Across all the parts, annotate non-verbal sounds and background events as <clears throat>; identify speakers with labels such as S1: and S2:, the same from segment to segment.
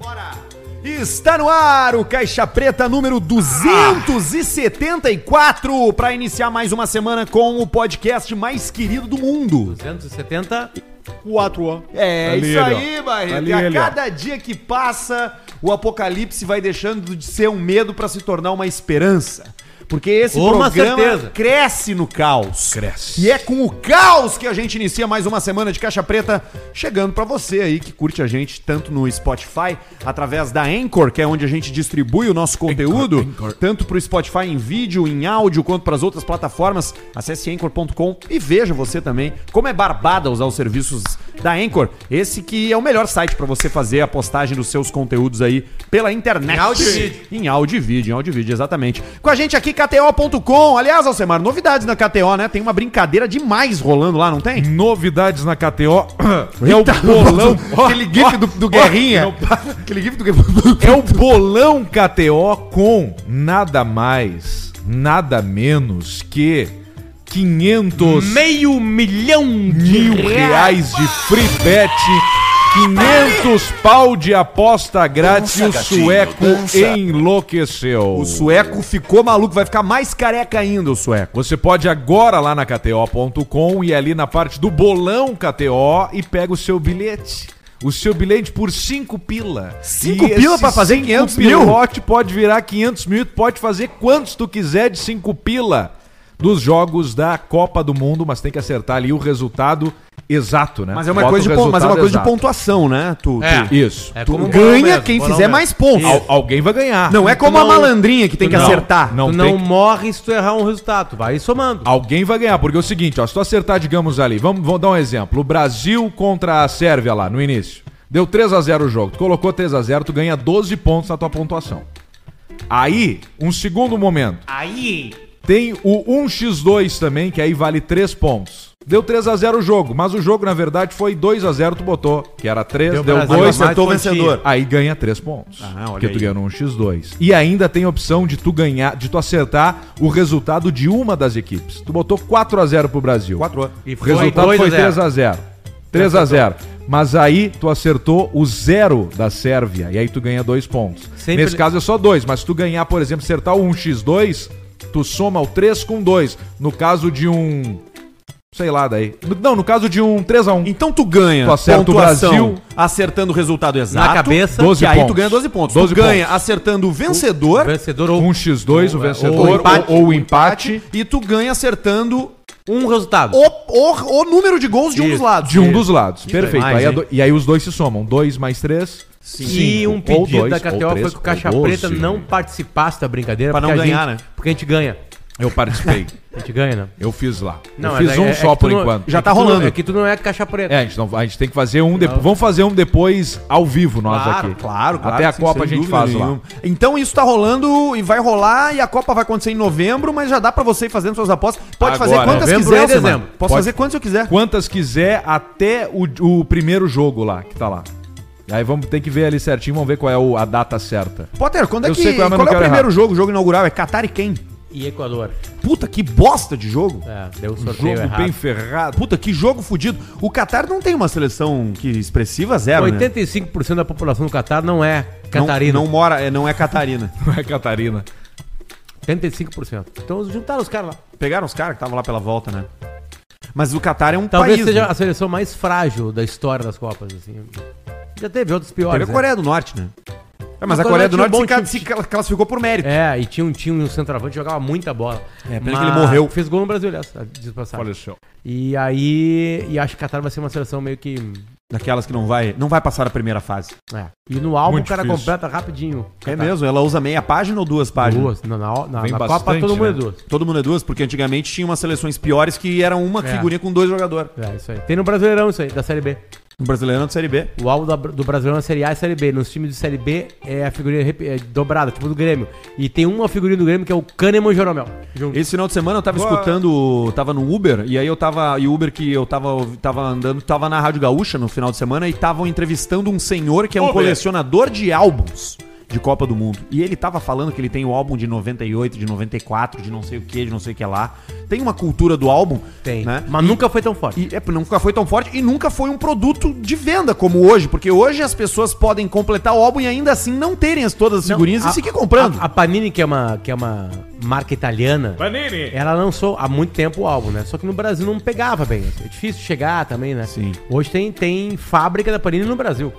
S1: Bora! Está no ar o Caixa Preta número 274 para iniciar mais uma semana com o podcast mais querido do mundo.
S2: 270.
S1: É
S3: Tá Ali,
S1: isso
S3: ali, ó. Tá
S1: aí, Barreto.
S3: Ali,
S1: E a
S3: ali, ó.
S1: cada dia que passa, o apocalipse vai deixando de ser um medo para se tornar uma esperança. Porque esse
S2: Uma
S1: programa
S2: certeza.
S1: cresce no caos.
S3: Cresce.
S1: E é com o caos que a gente inicia mais uma semana de Caixa Preta, chegando pra você aí que curte a gente tanto no Spotify, através da Anchor, que é onde a gente distribui o nosso conteúdo,
S3: Anchor.
S1: tanto pro Spotify em vídeo, em áudio, quanto pras outras plataformas. Acesse anchor.com e veja você também como é barbada usar os serviços da Anchor. Esse que é o melhor site pra você fazer a postagem dos seus conteúdos aí pela internet.
S2: Em áudio e vídeo.
S1: Em áudio e vídeo, em áudio e vídeo, exatamente. Com a gente aqui, KTO.com. Aliás, Alcemar, novidades na KTO, né? Tem uma brincadeira demais rolando lá, não
S3: <laughs>
S1: tem?
S3: Novidades
S1: <coughs>
S3: na KTO. É
S1: Eita,
S3: o bolão.
S1: nossa, <laughs> aquele gif do-
S3: <coughs>
S1: do Guerrinha.
S3: aquele gif do Guerrinha. É o bolão KTO com nada mais, nada menos que 500
S2: Meio milhão de
S3: mil reais de free bet. 500 pau de aposta grátis e o sueco enlouqueceu.
S1: O sueco ficou maluco, vai ficar mais careca ainda o sueco.
S3: Você pode agora lá na KTO.com e ali na parte do bolão KTO e pega o seu bilhete. O seu bilhete por 5 pila.
S1: Cinco pila pra fazer 500 mil?
S3: O lote pode virar 500 mil e tu pode fazer quantos tu quiser de 5 pila dos jogos da Copa do Mundo, mas tem que acertar ali o resultado exato, né?
S1: Mas é uma
S3: Bota
S1: coisa,
S3: o
S1: de, pon- mas é uma
S3: resultado
S1: coisa de
S3: exato.
S1: pontuação, né? Tu, tu-
S3: Isso.
S2: É
S1: tu
S2: como um bolão
S1: ganha
S2: mesmo,
S1: quem
S2: bolão
S1: fizer
S2: mesmo.
S1: mais pontos.
S3: Al- alguém vai ganhar.
S1: Não é
S2: Tu
S1: como a
S2: não-
S1: malandrinha que tem
S2: tu
S1: que
S2: não-
S1: acertar.
S3: não
S2: tu
S3: tem
S2: não
S3: que-
S2: morre se tu errar um resultado. Tu vai somando.
S3: Alguém vai ganhar, porque é o seguinte, ó, se tu acertar, digamos ali, vamos, vamos dar um exemplo. O Brasil contra a Sérvia lá no início. Deu 3 a 0 o jogo. Tu colocou 3 a 0, tu ganha 12 pontos na tua pontuação. Aí, um segundo momento.
S2: Aí.
S3: Tem o 1x2 também, que aí vale 3 pontos. Deu 3 a 0 o jogo, mas o jogo na verdade foi 2 a 0, tu botou, que era 3,
S2: Deu
S3: deu,
S2: Brasil,
S3: 2,
S2: mas-
S1: acertou o
S2: mais quantia.
S1: vencedor.
S3: Aí ganha 3 pontos.
S1: Ah, olha
S3: porque tu
S1: aí.
S3: ganhou um X2. E ainda tem a opção de tu ganhar, de tu acertar o resultado de uma das equipes. Tu botou 4 a 0 pro Brasil. 4 a
S2: E
S3: O
S2: foi
S3: resultado
S2: 2 a
S3: foi
S2: 0.
S3: 3 a 0. 3 a 0. Mas aí tu acertou o zero da Sérvia e aí tu ganha 2 pontos.
S2: Sempre-
S3: Nesse caso é só 2, mas se tu ganhar, por exemplo, acertar o 1x2, tu soma o 3 com 2. No caso de um sei lá daí. Não, no caso de um 3 a 1.
S1: Então tu ganha
S3: Tu acerta o Brasil.
S1: acertando o resultado exato.
S2: Na cabeça.
S3: Doze.
S1: E aí tu
S3: pontos.
S1: ganha 12 pontos.
S3: 12
S1: tu ganha acertando o vencedor.
S2: Vencedor ou
S3: Um X2, o
S2: ou
S3: vencedor,
S2: empate.
S3: ou, ou empate
S1: E tu ganha acertando
S2: um resultado.
S1: o, o, o número de gols de um
S2: Isso.
S1: dos lados.
S3: de um dos lados.
S1: Isso
S3: Perfeito.
S1: aí.
S3: Aí é
S1: Mais,
S3: do- e aí os dois se somam. Dois mais três.
S2: E
S3: cinco.
S2: um
S3: Ou
S2: pedido
S3: dois,
S2: da
S3: ou
S2: KTO foi
S3: três,
S2: que o Caixa
S3: ou doze.
S2: Preta não participasse da brincadeira.
S1: Pra não
S2: porque a
S1: ganhar,
S2: gente-
S1: né?
S2: Porque a gente ganha.
S3: Eu participei.
S2: A gente ganha, né?
S3: Eu fiz
S2: <laughs>
S3: lá.
S2: Não,
S3: eu fiz
S2: é-
S3: um
S2: é- é
S3: só
S2: que tu
S3: por
S2: não-
S3: enquanto.
S1: Já
S2: é
S1: tá
S2: que tu não-
S1: rolando.
S2: É que tu não é Caixa Preta.
S3: É, a gente, não, a gente tem que fazer um depois. Vamos fazer um depois ao vivo nós
S1: Claro,
S3: aqui.
S1: claro, claro.
S3: Até a
S1: sim,
S3: Copa a
S1: sem
S3: gente
S1: dúvida
S3: faz lá.
S1: nenhuma. Então isso tá rolando e vai rolar e a Copa vai acontecer em novembro, mas já dá pra você ir fazendo suas apostas. Pode
S3: Agora,
S1: fazer quantas
S2: novembro
S1: quiser,
S2: é
S1: Alcemar.
S2: dezembro.
S1: Posso
S3: Pode.
S1: fazer quantas eu quiser.
S3: Quantas quiser até o, o primeiro jogo lá, que tá lá. Aí vamos ter que ver ali certinho, vamos ver qual é o- a data certa. <laughs>
S1: Potter, quando é
S3: Eu
S1: que
S3: sei qual
S1: qual,
S3: é,
S1: é
S3: mas não
S1: o
S3: quero
S1: primeiro jogo, o jogo inaugural é Qatar e quem?
S2: E Equador.
S1: Puta que bosta de jogo.
S2: É, deu um
S3: Jogo
S2: sorteio errado.
S3: bem ferrado.
S1: Puta que jogo fudido. O Qatar não tem uma seleção que expressiva zero, né?
S2: 85% da população do Catar não é
S1: Não-
S2: Catarina.
S1: Não, mora, é, não é Catarina.
S3: Não é Catarina.
S2: 85%. Então juntaram os caras lá.
S1: Pegaram os caras que estavam lá pela volta, né? Mas o Qatar é um
S2: Talvez
S1: país.
S2: seja
S1: né?
S2: a seleção mais frágil da história das Copas, assim. Já teve outros
S1: Teve
S2: piores.
S1: a
S2: né?
S1: Coreia do Norte, né? É, mas
S2: Mas
S1: a
S2: a
S1: Coreia do
S2: Coreia tinha um
S1: Norte se
S2: bom
S1: ca-
S2: time.
S1: se cla- classificou por mérito.
S2: É, e tinha um time, um centroavante, que jogava muita bola.
S1: É, pena que ele morreu.
S2: Fez gol no Brasil, aliás, diz passado.
S3: Faleceu.
S2: E aí, e acho que o Qatar vai ser uma seleção meio que...
S1: Daquelas que não vai, não vai passar a primeira fase.
S2: é. E no álbum
S3: Muito
S2: o cara
S3: difícil.
S2: completa rapidinho.
S1: É mesmo, ela usa meia página ou duas páginas?
S2: Duas. Na, na, na,
S3: Vem
S2: na Copa
S3: bastante,
S2: todo mundo é
S3: né?
S2: duas.
S1: Todo mundo é duas, porque antigamente tinha umas seleções piores que eram uma
S2: É.
S1: figurinha com dois jogadores.
S2: É, isso aí. Tem no Brasileirão isso aí, da Série B.
S1: O brasileiro é de Série B.
S2: O alvo da- do Brasileirão é Série A e Série B. Nos times de Série B é a figurinha rep- é dobrada, tipo do Grêmio. E tem uma figurinha do Grêmio que é o Kahneman e o Joromel. Junto.
S1: Esse final de semana eu tava
S3: Boa.
S1: escutando, tava no Uber, e aí eu tava, e o Uber que eu tava, tava andando, tava na Rádio Gaúcha no final de semana e estavam entrevistando um senhor que é um colecionador de álbuns. de Copa do Mundo. E ele tava falando que ele tem o álbum de 98, de 94, de não sei o que, de não sei o que lá. Tem uma cultura do álbum.
S2: Tem.
S1: Né?
S2: Mas nunca foi tão forte.
S1: E é, nunca foi tão forte e nunca foi um produto de venda como hoje, porque hoje as pessoas podem completar o álbum e ainda assim não terem as, todas as
S2: Não,
S1: figurinhas
S2: a-
S1: e seguir comprando.
S2: A, a Panini, que é, uma, que é uma marca italiana,
S3: Panini!
S2: ela lançou há muito tempo o álbum, né? Só que no Brasil não pegava bem. É difícil chegar também, né?
S1: Sim.
S2: Hoje tem, tem fábrica da Panini no Brasil.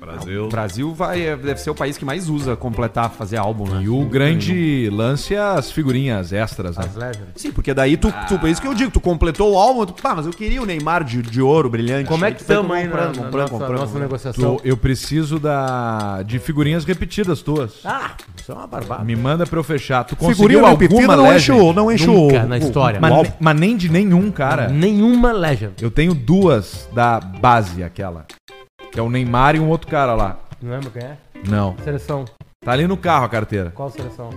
S3: Brasil.
S1: O Brasil vai, é, deve ser o país que mais usa completar, fazer álbum, né?
S3: E o grande lance é as figurinhas extras,
S1: Tá.
S3: né?
S1: Sim, porque daí tu, tu, é isso que eu digo, tu completou o álbum, tu, pá, mas eu queria o Neymar de, de ouro brilhante.
S2: Como é
S1: Aí
S2: que
S1: tu foi
S2: estamos aí na, na
S1: comprando, comprando,
S2: nossa,
S1: comprando,
S2: nossa
S1: comprando.
S2: negociação?
S3: Tu- eu preciso da de figurinhas repetidas tuas.
S2: Ah, isso é uma barbada.
S3: Me manda pra eu fechar. Tu
S1: Figurinha
S3: conseguiu
S1: do
S3: alguma
S1: Pepino não enche o,
S3: legend?
S1: não é- enche
S2: Nunca
S1: o,
S2: na
S1: o-
S2: história.
S1: o
S3: Mas,
S1: álbum.
S3: ne- mas nem de nenhum, cara.
S2: Nenhuma legend.
S3: Eu tenho duas da base, aquela. Que é o Neymar e um outro cara lá.
S2: Não lembro quem é?
S3: Não.
S2: Seleção.
S3: Tá ali no carro a carteira.
S2: Qual seleção?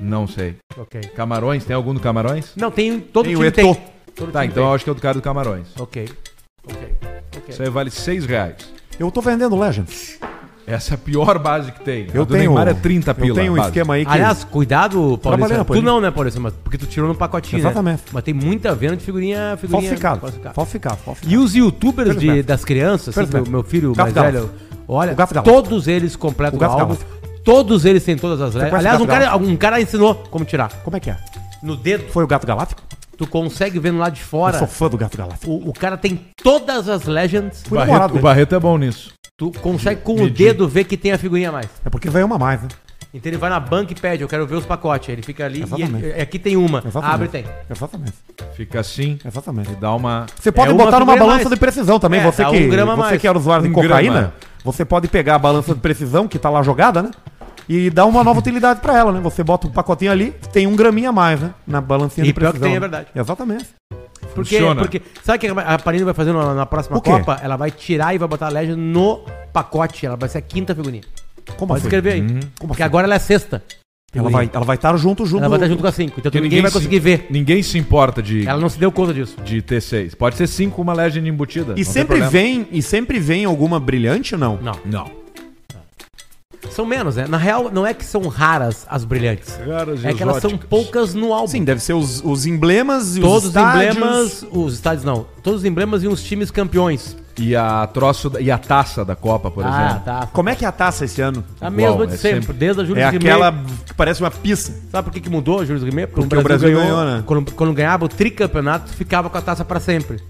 S3: Não sei.
S2: Ok.
S3: Camarões? Tem algum do Camarões?
S2: Não, tem todo
S1: Tem o
S2: time
S1: Eto'o.
S2: tem. Todo
S3: Tá,
S2: time
S3: então eu
S2: tem.
S3: acho que é o do cara do Camarões.
S2: Ok. Ok. Ok.
S3: Isso aí vale 6 reais.
S1: Eu tô vendendo Legends.
S3: Essa é a pior base que tem.
S1: Eu
S3: a do
S1: tenho.
S3: Neymar é 30 pila.
S1: Eu tenho um
S3: a base.
S1: esquema aí que.
S2: Aliás, cuidado,
S1: Trabalhei na
S2: Paulista. Tu
S1: Panini.
S2: não, né, Paulista? Mas porque tu tirou no pacotinho,
S1: Exatamente.
S2: né? Mas tem muita venda de figurinha... figurinha
S1: falsificado.
S2: falsificada.
S1: Falsificado, falsificado.
S2: E os youtubers
S1: Fernando
S2: de-
S1: Neto.
S2: das crianças, assim,
S1: Fernando
S2: que o meu filho
S1: Neto.
S2: mais
S1: Gafo
S2: velho, olha,
S1: O Gafo da
S2: todos eles completam
S1: O
S2: o
S1: Gafo da
S2: álbum. Todos eles têm todas as regras.
S1: conhece o
S2: Aliás, um
S1: Gafo da
S2: cara, um cara ensinou como tirar.
S1: Como é que é?
S2: No dedo,
S1: Foi o Gato Galáctico?
S2: tu consegue ver no lado de
S1: Eu sou
S2: fora.
S1: fã do Gato Galáctico.
S2: O, o cara tem todas as legends.
S3: O
S1: Fui namorado
S3: Barreto, o
S1: dele.
S3: Barreto é bom nisso.
S2: Tu consegue com o
S3: Medir.
S2: dedo ver que tem a figurinha a mais.
S1: É porque veio uma mais, né?
S2: Então ele vai na banca e pede, eu quero ver os pacotes. Aí Ele fica ali e
S1: Exatamente.
S2: ele- aqui tem uma.
S1: Exatamente.
S2: Abre e tem.
S1: Exatamente.
S3: Fica assim
S1: Exatamente.
S3: e dá uma.
S1: Você pode
S2: É uma
S1: botar numa
S2: figurinha
S1: balança
S2: mais.
S1: de precisão também.
S2: É,
S1: você
S2: dá
S1: que,
S2: um grama
S1: você
S2: mais.
S1: que era usuário de
S3: Um
S1: cocaína,
S3: grama.
S1: você pode pegar a balança de precisão que tá lá jogada, né? E dar uma nova utilidade pra ela, né? Você bota um pacotinho ali, tem um graminha a mais, né? Na balancinha
S2: E
S1: de
S2: pior que
S1: precisão.
S2: tem,
S1: né?
S2: é verdade.
S1: Exatamente.
S2: Porque,
S3: Funciona.
S2: porque sabe o que a Panini vai fazer na, na próxima
S1: O quê?
S2: Copa? Ela vai tirar e vai botar a legend no pacote. Ela vai ser a quinta figurinha.
S1: Como
S2: Pode
S1: assim?
S2: escrever aí.
S1: Como assim?
S2: Porque agora ela é a sexta.
S1: Ela vai, ela vai estar junto, junto.
S2: Ela vai estar junto com a 5. Então
S3: Porque
S2: ninguém vai
S3: se-
S2: conseguir ver.
S3: Ninguém se importa de,
S2: Ela não se deu conta disso.
S3: de ter seis. Pode ser cinco, uma legend embutida.
S1: E
S3: não tem
S1: sempre
S3: problema.
S1: vem, e sempre vem alguma brilhante ou não?
S2: Não.
S3: Não.
S2: São menos, né? Na real, não é que são raras as brilhantes.
S3: Raras e
S2: é que elas são
S3: exóticas.
S2: poucas no álbum.
S1: Sim, deve ser os, os emblemas e
S2: Todos
S1: os
S2: os
S1: estádios.
S2: emblemas. Os estádios não. Todos os emblemas e uns times campeões.
S3: E a troço da- e a taça da Copa, por exemplo.
S2: tá.
S1: Como é que é a taça esse ano?
S2: A mesma
S3: Igual,
S2: de
S3: é
S2: sempre,
S3: sempre.
S2: desde a Júlio
S1: É
S2: Rimet.
S1: aquela que parece uma pizza.
S2: Sabe por que, que mudou, Júlio Rimet?
S1: Porque o Brasil ganhou, né?
S2: Quando, quando ganhava o tricampeonato, ficava com a taça pra sempre.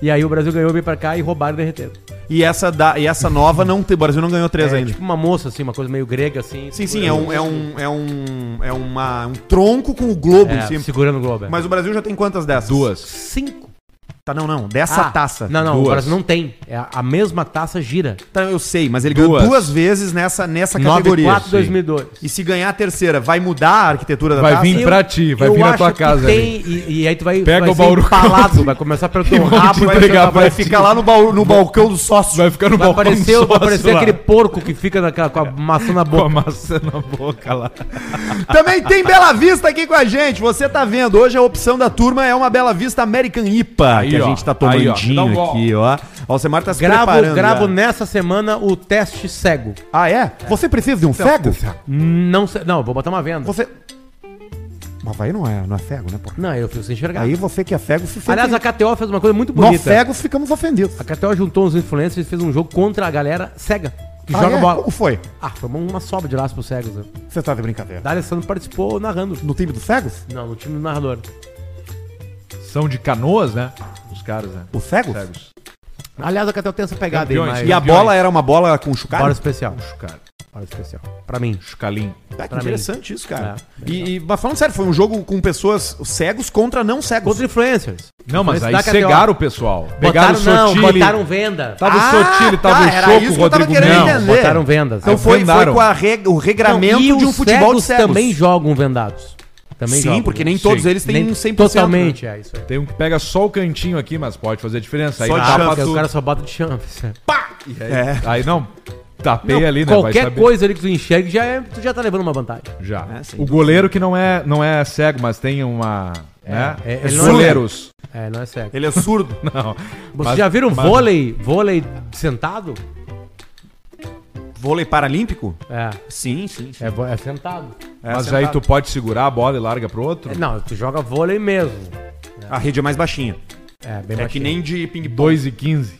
S2: E aí o Brasil ganhou, veio pra cá e roubaram e derreteram.
S1: E essa, da, e essa nova não tem. O Brasil não ganhou três
S2: É,
S1: ainda.
S2: tipo uma moça, assim, uma coisa meio grega, assim.
S1: Sim, sim, é um. É um. É um, é uma, um tronco com o globo em
S2: É,
S1: cima.
S2: segurando o globo. é.
S1: Mas o Brasil já tem quantas dessas?
S3: Duas.
S2: Cinco.
S1: Tá, não, não. Dessa
S2: Ah,
S1: taça.
S2: Não, não, o
S3: Duas.
S2: Brasil não tem. É a, a mesma taça gira.
S1: Tá, eu sei, mas ele
S3: Duas.
S1: ganhou duas vezes nessa, nessa categoria.
S2: 94
S1: Sim.
S2: 2002.
S1: E se ganhar a terceira, vai mudar a arquitetura da
S3: Vai
S1: taça?
S3: vir
S2: Eu-
S3: pra ti, vai
S2: eu
S3: vir na
S2: acho
S3: tua
S2: que
S3: casa ali.
S2: Tem, e, e aí tu vai,
S3: Pega
S2: vai
S3: o Bauru <laughs> Um
S2: empalado, vai começar pelo teu
S3: vão te <laughs>
S2: rabo, vai,
S3: entregar
S1: Ah, Vai
S3: pra ti.
S1: ficar lá no, baú, no balcão do sócio.
S3: Vai ficar no
S2: vai
S3: balcão
S2: aparecer,
S3: sócio
S2: vai aparecer
S3: lá,
S2: aquele porco que fica naquela, com a maçã na
S3: com a
S2: boca.
S3: maçã na boca lá.
S1: Também tem Bela Vista aqui com a gente. Você tá vendo, hoje a opção da turma é uma Bela Vista American IPA
S3: Aí,
S1: que a
S3: ó.
S1: gente tá
S3: Aí, ó.
S1: tomandinho
S3: Dá um gol.
S1: aqui, ó. Ó, O Semar tá se
S2: Gravo,
S1: preparando.
S2: gravo
S1: já.
S2: nessa semana o teste cego.
S1: Ah, é? Você precisa de um
S3: Então,
S1: cego?
S2: Não, sei- não, vou botar uma venda.
S1: Você... Mas aí não é, não é cego, né, pô?
S2: Não, eu fico sem enxergar.
S1: Aí você que é cego se sente...
S2: Aliás, a KTO fez uma coisa muito
S1: Nós
S2: bonita.
S1: cegos ficamos ofendidos.
S2: A KTO juntou uns influencers e fez um jogo contra a galera cega, que
S1: Ah,
S2: joga
S1: é?
S2: bola.
S1: Como foi?
S2: Ah, foi uma- uma sobra de laço pros cegos. né?
S1: Você tá de brincadeira.
S2: D'Alessandro participou narrando.
S1: No time dos cegos?
S2: Não, no time do narrador.
S3: São de canoas, né? Os caras, né?
S1: Os cegos?
S3: Cegos.
S2: Aliás, a Catel tem essa pegada aí,
S3: Campeões.
S2: mas...
S1: E a bola era uma bola com chucalho?
S2: Hora especial.
S3: Chucar.
S2: Hora especial. Pra mim.
S3: Chucalim.
S1: Ah, que
S2: pra mim.
S1: interessante isso, cara.
S2: É,
S1: e, e- mas falando sério, foi um jogo com pessoas cegos contra não cegos.
S2: Contra influencers.
S3: Não, mas
S2: Influencers
S3: aí
S2: da KTO.
S3: cegaram o pessoal. Pegaram
S2: Botaram, não,
S3: o Sotile.
S2: botaram venda.
S3: Tava
S1: Ah,
S3: o Sotile, tava
S1: tá,
S3: o
S1: era
S3: Choco,
S1: isso
S3: o
S1: que eu tava
S3: Rodrigo
S1: querendo
S3: Neto.
S1: entender.
S2: botaram vendas.
S1: Então foi, foi
S3: vendaram.
S1: com a reg- o regramento
S2: e
S1: de um
S2: os
S1: futebol de
S2: cegos
S1: cegos.
S2: também jogam vendados. Também
S1: Sim,
S2: jogam.
S1: porque nem
S3: Sim.
S1: todos eles têm
S2: Nem
S1: 100%.
S2: Totalmente, é isso aí. Tá,
S3: Tem um que pega só o cantinho aqui, mas pode fazer diferença. Aí
S1: Só de
S3: tapa
S1: chanfre,
S2: Porque o
S3: tudo.
S2: cara só bota de chaves. é.
S3: E aí,
S1: É.
S3: aí não, tapeia
S2: Não,
S3: ali, né?
S2: Qualquer
S3: saber.
S2: coisa ali que tu enxerga, já é- tu já tá levando uma vantagem.
S3: Já.
S1: É, sem
S3: o goleiro que não é, não é cego, mas tem uma... né?
S2: então. é, ele não é-
S3: goleiros.
S2: É, não é sério.
S1: Ele é
S2: <laughs>
S1: surdo.
S3: Não.
S2: Vocês
S3: Mas-
S2: já viram
S3: mas-
S2: vôlei, vôlei sentado?
S1: Vôlei paralímpico?
S2: É.
S1: Sim, sim. sim.
S2: É, vo- é sentado.
S1: É,
S3: Mas
S1: sentado.
S3: aí tu pode segurar a bola e larga pro outro?
S2: É, não, tu joga vôlei mesmo.
S1: A rede é mais baixinha.
S2: É, bem
S1: É que
S2: baixinho.
S1: nem de ping-pong.
S3: 2 e 15,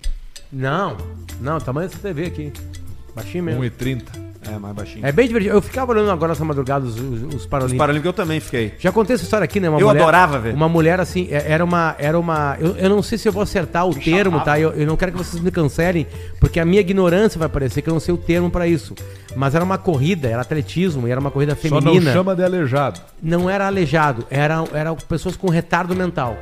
S2: Não, não, tamanho dessa TV aqui. Baixinho mesmo.
S3: 1 e 30.
S1: É, mais baixinho.
S2: É bem divertido. Eu ficava olhando agora essa madrugada os, os, os Paralímpicos.
S1: Os paralímpicos eu também fiquei.
S2: Já contei essa história aqui, né? Uma
S1: Eu adorava, velho.
S2: Uma mulher assim, é- era uma. Era uma eu, eu não sei se eu vou acertar o termo, tá? Eu, eu não quero que vocês me cancelem, porque a minha ignorância vai parecer que eu não sei o termo pra isso. Mas era uma corrida, era atletismo, e era uma corrida
S3: Só
S2: feminina.
S3: não chama de aleijado.
S2: Não era aleijado, eram era pessoas com retardo mental.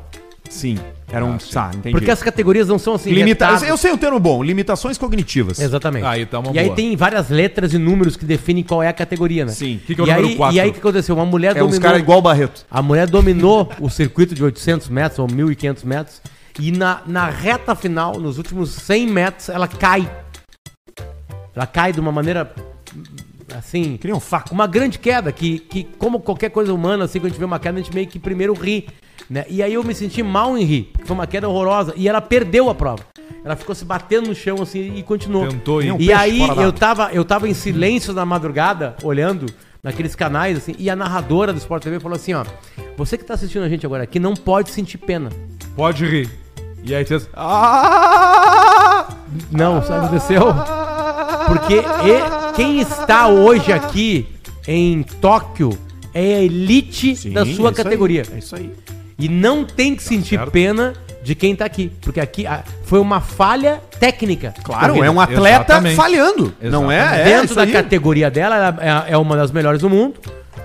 S1: Sim. Era um. Tá, entendi.
S2: Ah, Porque as categorias não são assim.
S1: Limita...
S2: retardo.
S1: Eu sei o termo bom, limitações cognitivas.
S2: Exatamente.
S3: Aí tá uma
S2: e aí
S3: boa.
S2: tem várias letras e números que definem qual é a categoria, né?
S1: Sim.
S3: Que que é o
S2: e
S3: número
S2: aí,
S3: quatro?
S2: E aí o que aconteceu? Uma mulher
S1: É uns caras igual o Barreto.
S2: A mulher dominou o circuito de 800 metros ou 1.500 metros e na, na reta final, nos últimos 100 metros, ela cai. Ela cai de uma maneira assim,
S1: Cria um faco.
S2: uma grande queda que, que como qualquer coisa humana, assim, quando a gente vê uma queda, a gente meio que primeiro ri, né? E aí eu me senti mal em rir, porque foi uma queda horrorosa e ela perdeu a prova. Ela ficou se batendo no chão assim e continuou.
S3: Tentou
S1: <laughs>
S3: ir.
S2: e
S3: Um
S1: peixe
S2: aí
S1: fora d'água.
S2: eu tava, eu tava em silêncio na madrugada, olhando naqueles canais assim, e a narradora do Sport TV falou assim, ó: "Você que tá assistindo a gente agora aqui não pode sentir pena".
S3: Pode rir. E aí tu... Ah,
S2: Não, sabe o que aconteceu? Porque e- quem está hoje aqui em Tóquio é a elite da
S1: Sim, é isso
S2: sua
S1: aí, Tá
S2: categoria.
S1: é isso aí.
S2: E não tem que sentir
S3: certo.
S2: pena de quem tá aqui. Porque aqui ah, foi uma falha técnica.
S1: Claro,
S2: Corrida.
S1: é um atleta
S3: Exatamente.
S1: falhando. Não é? é
S2: Dentro
S1: isso
S2: da
S1: aí.
S2: categoria dela, ela é, é uma das melhores do mundo.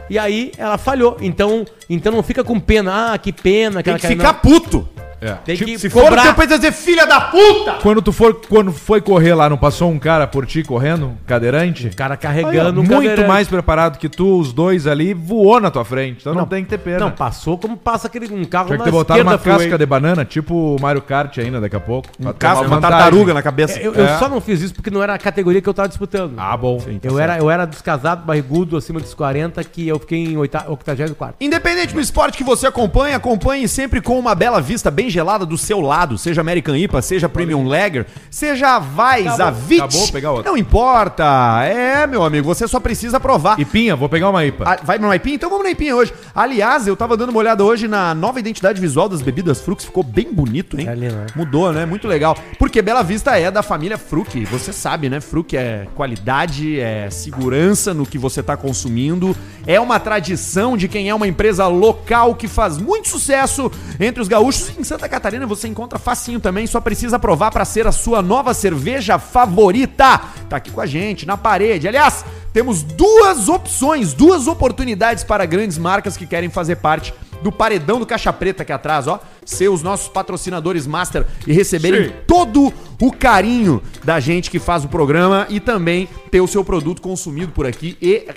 S2: E aí ela falhou. Então, então não fica com pena. Ah, que pena.
S1: Tem
S2: aquela
S1: que
S2: cara-
S1: ficar
S2: não.
S1: puto.
S3: É.
S2: Tem
S1: Tipo,
S2: que
S1: se for,
S2: cobrar.
S1: você precisa dizer filha da puta!
S3: Quando tu for, quando foi correr lá, não passou um cara por ti correndo, cadeirante?
S2: O cara
S3: Aí, ó,
S2: carregando um
S3: muito
S2: cadeirante.
S3: mais preparado que tu, os dois ali, voou na tua frente. Então não, tem que ter pena.
S2: Não, passou como passa aquele um carro
S3: Tinha que
S2: na
S3: ter botado
S2: esquerda
S3: uma casca
S2: freeway.
S3: de banana, tipo o Mario Kart ainda daqui a pouco. pra
S1: Um
S3: tomar
S1: casco, uma
S3: vantagem.
S1: tartaruga na cabeça.
S2: Eu, eu
S3: É.
S2: só não fiz isso porque não era a categoria que eu tava disputando.
S3: Ah, bom.
S2: eu, era, eu era dos casados, barrigudo, acima dos 40, que eu fiquei em oita- 84.
S1: Independente do esporte que você acompanha, acompanhe sempre com uma bela vista bem gelada do seu lado, seja American IPA, seja Premium Lager, seja a Vais,
S3: Acabou,
S1: a Vit.
S3: acabou, pegar outra.
S1: Não importa. É, meu amigo, você só precisa provar.
S3: E pinha, vou pegar uma IPA.
S1: Ah, vai no Naipinha? Então vamos no Naipinha hoje. Aliás, eu tava dando uma olhada hoje na nova identidade visual das bebidas Frux. Ficou bem bonito, hein?
S2: É ali, né?
S1: Mudou, né? Muito legal. Porque Bela Vista é da família Fruc. Você sabe, né? Fruc é qualidade, é segurança no que você tá consumindo. É uma tradição de quem é uma empresa local que faz muito sucesso entre os gaúchos. Em Santa Catarina você encontra facinho também. Só precisa provar pra ser a sua nova cerveja favorita. Tá aqui com a gente, na parede. Aliás, temos duas opções, duas oportunidades para grandes marcas que querem fazer parte do paredão do Caixa Preta aqui atrás, ó. Ser os nossos patrocinadores master e receberem
S3: Sim.
S1: todo o carinho da gente que faz o programa e também ter o seu produto consumido por aqui e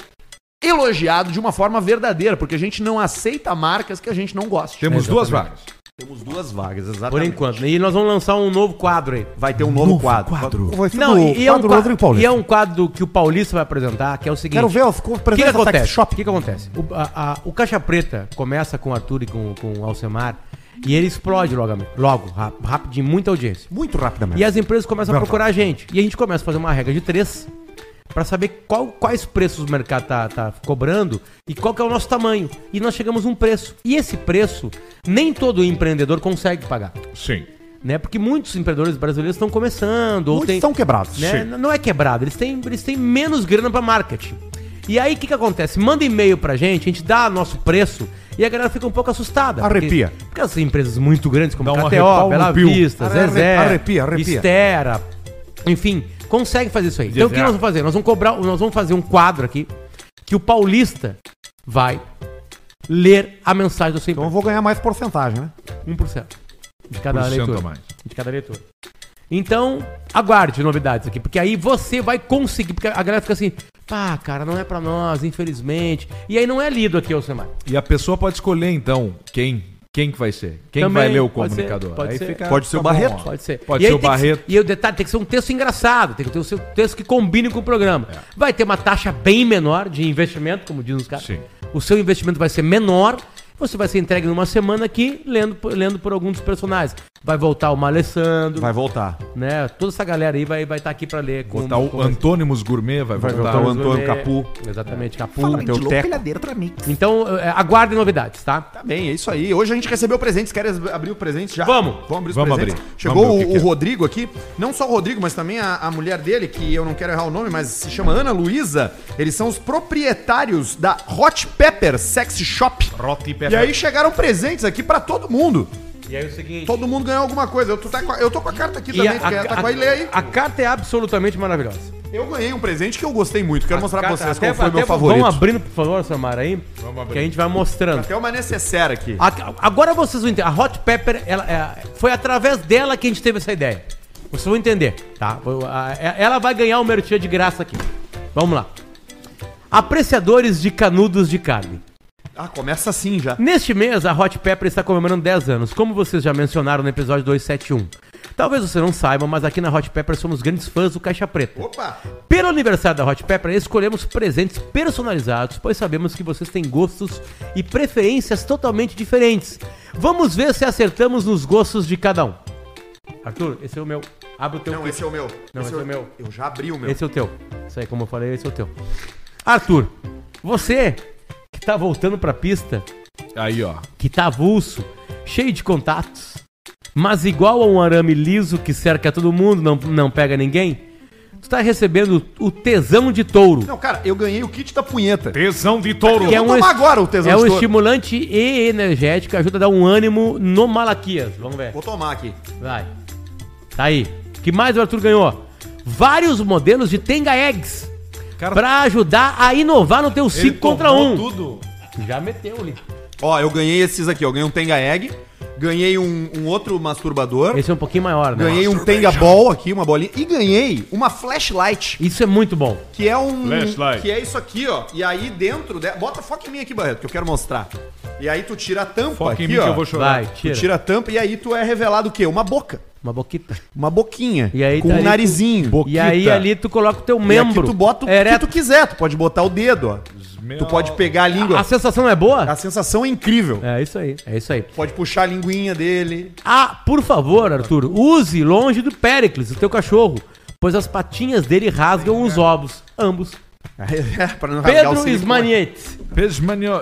S1: elogiado de uma forma verdadeira, porque a gente não aceita marcas que a gente não gosta.
S3: Temos duas vagas.
S1: Temos duas vagas,
S2: Por
S1: exatamente.
S2: enquanto. E nós vamos lançar um novo quadro aí.
S1: Vai ter um novo, quadro.
S4: Vai ser
S2: Não,
S4: do
S2: e, e é um
S4: quadro
S2: quadro,
S4: Rodrigo Paulista.
S2: e é um quadro que o Paulista vai apresentar, que é o seguinte.
S4: Quero ver, ó, ficou
S2: o que, que
S4: presença da
S2: acontece?
S4: Tech Shop.
S2: O que, que acontece? O, a- a- o Caixa Preta começa com o Arthur e com, com o Alcemar e ele explode logo, logo ra- rapidinho, muita audiência.
S4: Muito rapidamente.
S2: E as empresas começam a procurar a gente. E a gente começa a fazer uma regra de três pra saber qual- quais preços o mercado tá, tá cobrando e qual que é o nosso tamanho. E nós chegamos a um preço. E esse preço nem todo empreendedor consegue pagar.
S3: Sim.
S2: Né? Porque muitos empreendedores brasileiros estão começando. ou
S4: Muitos
S2: tem,
S4: estão quebrados.
S2: né? N- Não é quebrado, eles têm, eles têm menos grana pra marketing. E aí o que, que acontece? Manda e-mail pra gente, a gente dá nosso preço e a galera fica um pouco assustada. porque-
S4: Arrepia.
S2: Porque, as empresas muito grandes como
S3: Dá um
S2: KTO,
S3: arrepalmo
S2: Bela
S3: no pio.
S2: Vista,
S4: Arre-
S2: Zezé,
S4: arrepia, arrepia.
S2: Estera, enfim, consegue fazer isso aí. Então o que
S3: Zezé.
S2: nós vamos fazer? Nós vamos cobrar, nós vamos fazer um quadro aqui que o paulista vai ler a mensagem do seu
S4: Então eu
S2: empresa.
S4: vou ganhar mais porcentagem, né?
S2: 1% de cada
S3: Então, Por cento
S2: leitura
S3: a mais.
S2: de cada leitor. Então, aguarde novidades aqui, porque aí você vai conseguir, porque a galera fica assim, pá, cara, não é pra nós, infelizmente. E aí não é lido aqui, Alcemar.
S3: E a pessoa pode escolher, então, quem quem que vai ser. Quem
S2: Também
S3: vai ler o
S2: pode ser,
S3: comunicador. tá
S2: pode ser.
S1: Pode ser o
S3: bom,
S1: Barreto.
S3: ó.
S2: Pode ser.
S3: Pode
S2: e
S3: ser
S2: aí
S3: o
S2: tem que
S3: Barreto.
S2: e aí o detalhe, tem que ser um texto engraçado, tem que ter o seu texto que combine com o programa.
S3: É.
S2: Vai ter uma taxa bem menor de investimento, como dizem os caras.
S3: Sim.
S2: O seu investimento vai ser menor Você vai ser entregue numa semana aqui, lendo, por- lendo por algum dos personagens. Vai voltar o Malessandro,
S1: Vai voltar.
S2: né? Toda essa galera aí vai estar vai tá aqui pra ler. Com,
S3: Botar o
S2: com-
S3: Antônimos Gourmet, vai,
S1: Vai
S3: voltar.
S1: voltar o Antônio Capu.
S2: Exatamente, Capu.
S4: Fala bem de
S1: teu
S4: louco,
S1: teco.
S4: ele é dentro da mix.
S2: Então, eh, aguardem novidades, tá?
S1: Tá bem, é isso aí. Hoje a gente recebeu presentes. Quer abrir o presente já?
S2: Vamos.
S1: Vamos abrir os
S3: Vamos
S1: presentes.
S3: abrir.
S1: Chegou
S3: Vamos ver o
S1: o,
S3: que
S1: o
S3: que é.
S1: Rodrigo aqui. Não só o Rodrigo, mas também a, a mulher dele, que eu não quero errar o nome, mas se chama Ana Luísa. Eles são os proprietários da Hot Pepper Sexy Shop. E aí chegaram presentes aqui pra todo mundo.
S2: E aí o seguinte.
S1: Todo mundo ganhou alguma coisa. Eu, tu tá com a, eu tô com a carta aqui
S2: E
S1: também.
S2: a-
S1: tu quer?
S2: a-
S1: tá com a Ilê aí.
S2: a carta é absolutamente maravilhosa.
S1: Eu ganhei um presente que eu gostei muito. Quero mostrar pra
S2: Cara,
S1: vocês
S2: até-
S1: qual foi o meu
S2: até
S1: favorito.
S2: Vamos abrindo, por favor, Samara, aí. Que a gente vai mostrando.
S1: Até uma necessaire aqui.
S2: A- agora vocês vão entender. A Hot Pepper, ela, é- foi através dela que a gente teve essa ideia. Vocês vão entender, tá? Eu- a- é- Ela vai ganhar o merchan de graça aqui. Vamos lá. Apreciadores de canudos de carne.
S1: Ah, começa assim já.
S2: Neste mês, a Hot Pepper está comemorando 10 anos, como vocês já mencionaram no episódio 271. Talvez você não saiba, mas aqui na Hot Pepper somos grandes fãs do Caixa Preta.
S1: Opa!
S2: Pelo aniversário da Hot Pepper, escolhemos presentes personalizados, pois sabemos que vocês têm gostos e preferências totalmente diferentes. Vamos ver se acertamos nos gostos de cada um. Arthur, esse é o meu. Abre o teu.
S1: Não, esse é o meu.
S2: Não, esse é o meu.
S1: Eu já abri o meu.
S2: Esse é o teu. Isso aí, como eu falei, esse é o teu. Arthur, você que tá voltando pra pista,
S3: Aí, ó.
S2: que tá avulso, cheio de contatos, mas igual a um arame liso que cerca todo mundo, não, não pega ninguém, tu tá recebendo o tesão de touro.
S1: Não, cara, eu ganhei o kit da punheta.
S3: Tesão de touro.
S1: Eu
S2: Que é
S1: vou
S2: um
S1: tomar
S2: est-
S1: agora o tesão
S2: É
S1: de
S2: um
S1: touro.
S2: estimulante e energético, ajuda a dar um ânimo no Malaquias. Vamos ver.
S1: Vou tomar aqui.
S2: Vai. Tá aí. O que mais o Arthur ganhou? Vários modelos de Tenga Eggs.
S3: Cara,
S2: pra ajudar a inovar no teu 5 contra 1. Um.
S3: Tudo.
S2: Já meteu ali.
S1: Ó, eu ganhei esses aqui, ó. Ganhei um Tenga Egg, ganhei um, um outro masturbador,
S2: Esse é um pouquinho maior, né?
S1: ganhei um Tenga Ball aqui, uma bolinha, e ganhei uma flashlight,
S2: Isso é muito bom.
S1: que é um.
S3: Flashlight.
S1: Que é isso aqui, ó. E aí dentro. De... Bota foca em mim aqui, Barreto, que eu quero mostrar. E aí tu tira a tampa.
S3: Foca
S1: aqui,
S3: em mim
S1: ó.
S3: que eu vou chorar.
S2: Vai,
S1: Tu
S2: tira.
S1: tira a tampa e aí tu é revelado o quê? Uma boca.
S2: Uma boquita.
S1: Uma boquinha.
S2: E aí
S1: com
S2: tá
S1: um
S2: ali
S1: narizinho.
S2: E aí ali tu coloca o teu
S1: E
S2: membro.
S1: aqui tu bota o
S2: ereto.
S1: que tu quiser. Tu pode botar o dedo, ó. Tu pode pegar a língua.
S2: A sensação é
S1: A
S2: boa?
S1: sensação é incrível.
S2: É isso aí. É isso aí.
S1: Pode puxar a linguinha dele. <laughs>
S2: Ah, por favor, Arthur, use longe do Péricles, o teu cachorro, pois as patinhas dele rasgam os ovos, ambos.
S1: É, pra não rasgar o
S2: Pedro
S1: silicone.
S2: Smanietti,
S3: Pesmanho...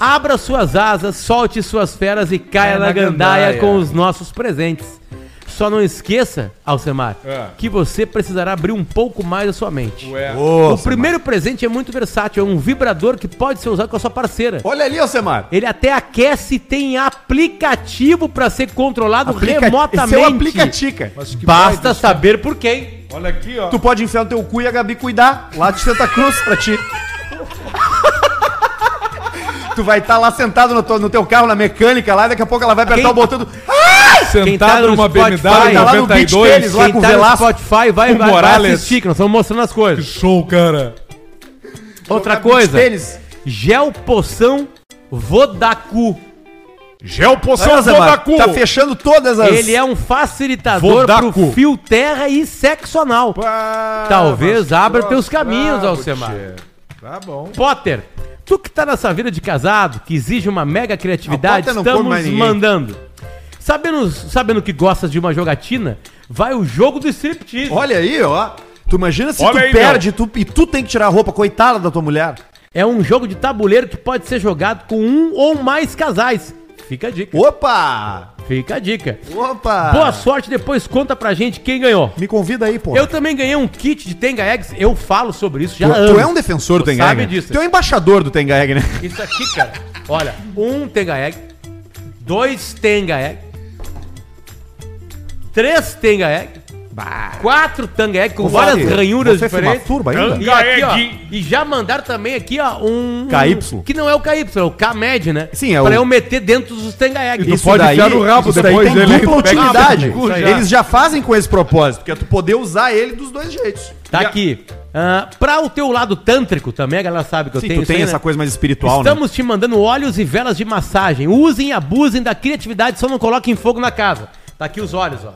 S2: abra suas asas, solte suas feras e caia na gandaia com os nossos presentes. Só não esqueça, Alcemar,
S3: É.
S2: que você precisará abrir um pouco mais a sua mente.
S3: Ué.
S1: Ô,
S2: o primeiro presente é muito versátil, é um vibrador que pode ser usado com a sua parceira.
S1: Olha ali, Alcemar.
S2: Ele até aquece e tem aplicativo para ser controlado
S1: Aplica-
S2: remotamente.
S1: Esse é o aplicatica.
S3: Mas que
S2: Basta
S3: baita-
S2: saber por quem.
S3: Olha aqui, ó.
S1: Tu pode enfiar no teu cu e a Gabi cuidar lá de Santa Cruz pra ti. <laughs> tu vai estar lá sentado no, to- no teu carro, na mecânica lá, e daqui a pouco ela vai apertar
S2: Quem-
S1: o botão do...
S2: Quem tá
S3: Sentado
S2: no
S3: numa
S2: Spotify,
S3: BMW
S1: tá lá no beach deles,
S3: 92.
S1: lá com o Velasco.
S2: tá Spotify vai,
S3: O
S2: vai, vai
S3: Morales.
S2: assistir, que nós estamos mostrando as
S3: Que
S2: coisas.
S3: show, cara.
S2: Outra
S1: Jogar beach
S2: coisa,
S1: tênis.
S2: gel poção Vodacu.
S3: Gel poção
S1: Olha, Zemar,
S3: Zodacu.
S1: tá fechando todas as...
S2: Ele é um facilitador pro
S3: Vodacu.
S2: fio terra e sexo anal. Talvez abra teus caminhos, Alcemar.
S3: Tá bom.
S2: Potter, tu que tá nessa vida de casado, que exige uma mega criatividade,
S1: Ah, o Potter não come mais
S2: estamos
S1: ninguém.
S2: mandando. Sabendo, sabendo que gostas de uma jogatina, vai o jogo do striptease.
S1: Olha aí, ó. Tu imagina se
S3: Olha
S1: tu
S3: aí,
S1: perde tu- e tu tem que tirar a roupa, coitada da tua mulher.
S2: É um jogo de tabuleiro que pode ser jogado com um ou mais casais. Fica a dica.
S1: Opa!
S2: Fica a dica.
S1: Opa!
S2: Boa sorte, depois conta pra gente quem ganhou.
S1: Me convida aí, pô.
S2: Eu também ganhei um kit de Tenga Eggs, eu falo sobre isso já
S1: Tu,
S2: anos.
S1: tu é um defensor do
S2: Tu
S1: Tengaeg.
S2: sabe
S1: né?
S2: disso.
S1: Tu é um embaixador do Tengaeg, né?
S2: Isso aqui, cara. Olha, um Tenga Egg, dois Tenga Egg, três Tenga Egg, quatro Tenga Egg com
S1: Vale,
S2: várias ranhuras
S1: você
S2: diferentes.
S1: masturba ainda?
S2: E, aqui, ó, e já mandaram também aqui, ó, um...
S1: KY.
S2: Que não é o KY, é o K-MED, né?
S1: Sim, é
S2: Pra
S1: o-
S2: eu meter dentro dos Tenga Egg.
S3: E tu pode enfiar no rabo
S1: isso daí
S3: depois
S1: tem
S3: dele,
S1: dupla
S3: hein? Pega
S1: utilidade.
S3: no cu já.
S1: Eles já fazem com esse propósito, que é tu poder usar ele dos dois jeitos.
S2: Tá aqui. Ah, pra o teu lado tântrico também, a galera sabe que eu
S1: Sim,
S2: tenho
S1: tu tem
S2: aí,
S1: essa
S2: né?
S1: coisa mais espiritual, né?
S2: Estamos te mandando óleos e velas de massagem. Usem e abusem da criatividade, só não coloquem fogo na casa. Tá aqui os olhos, ó.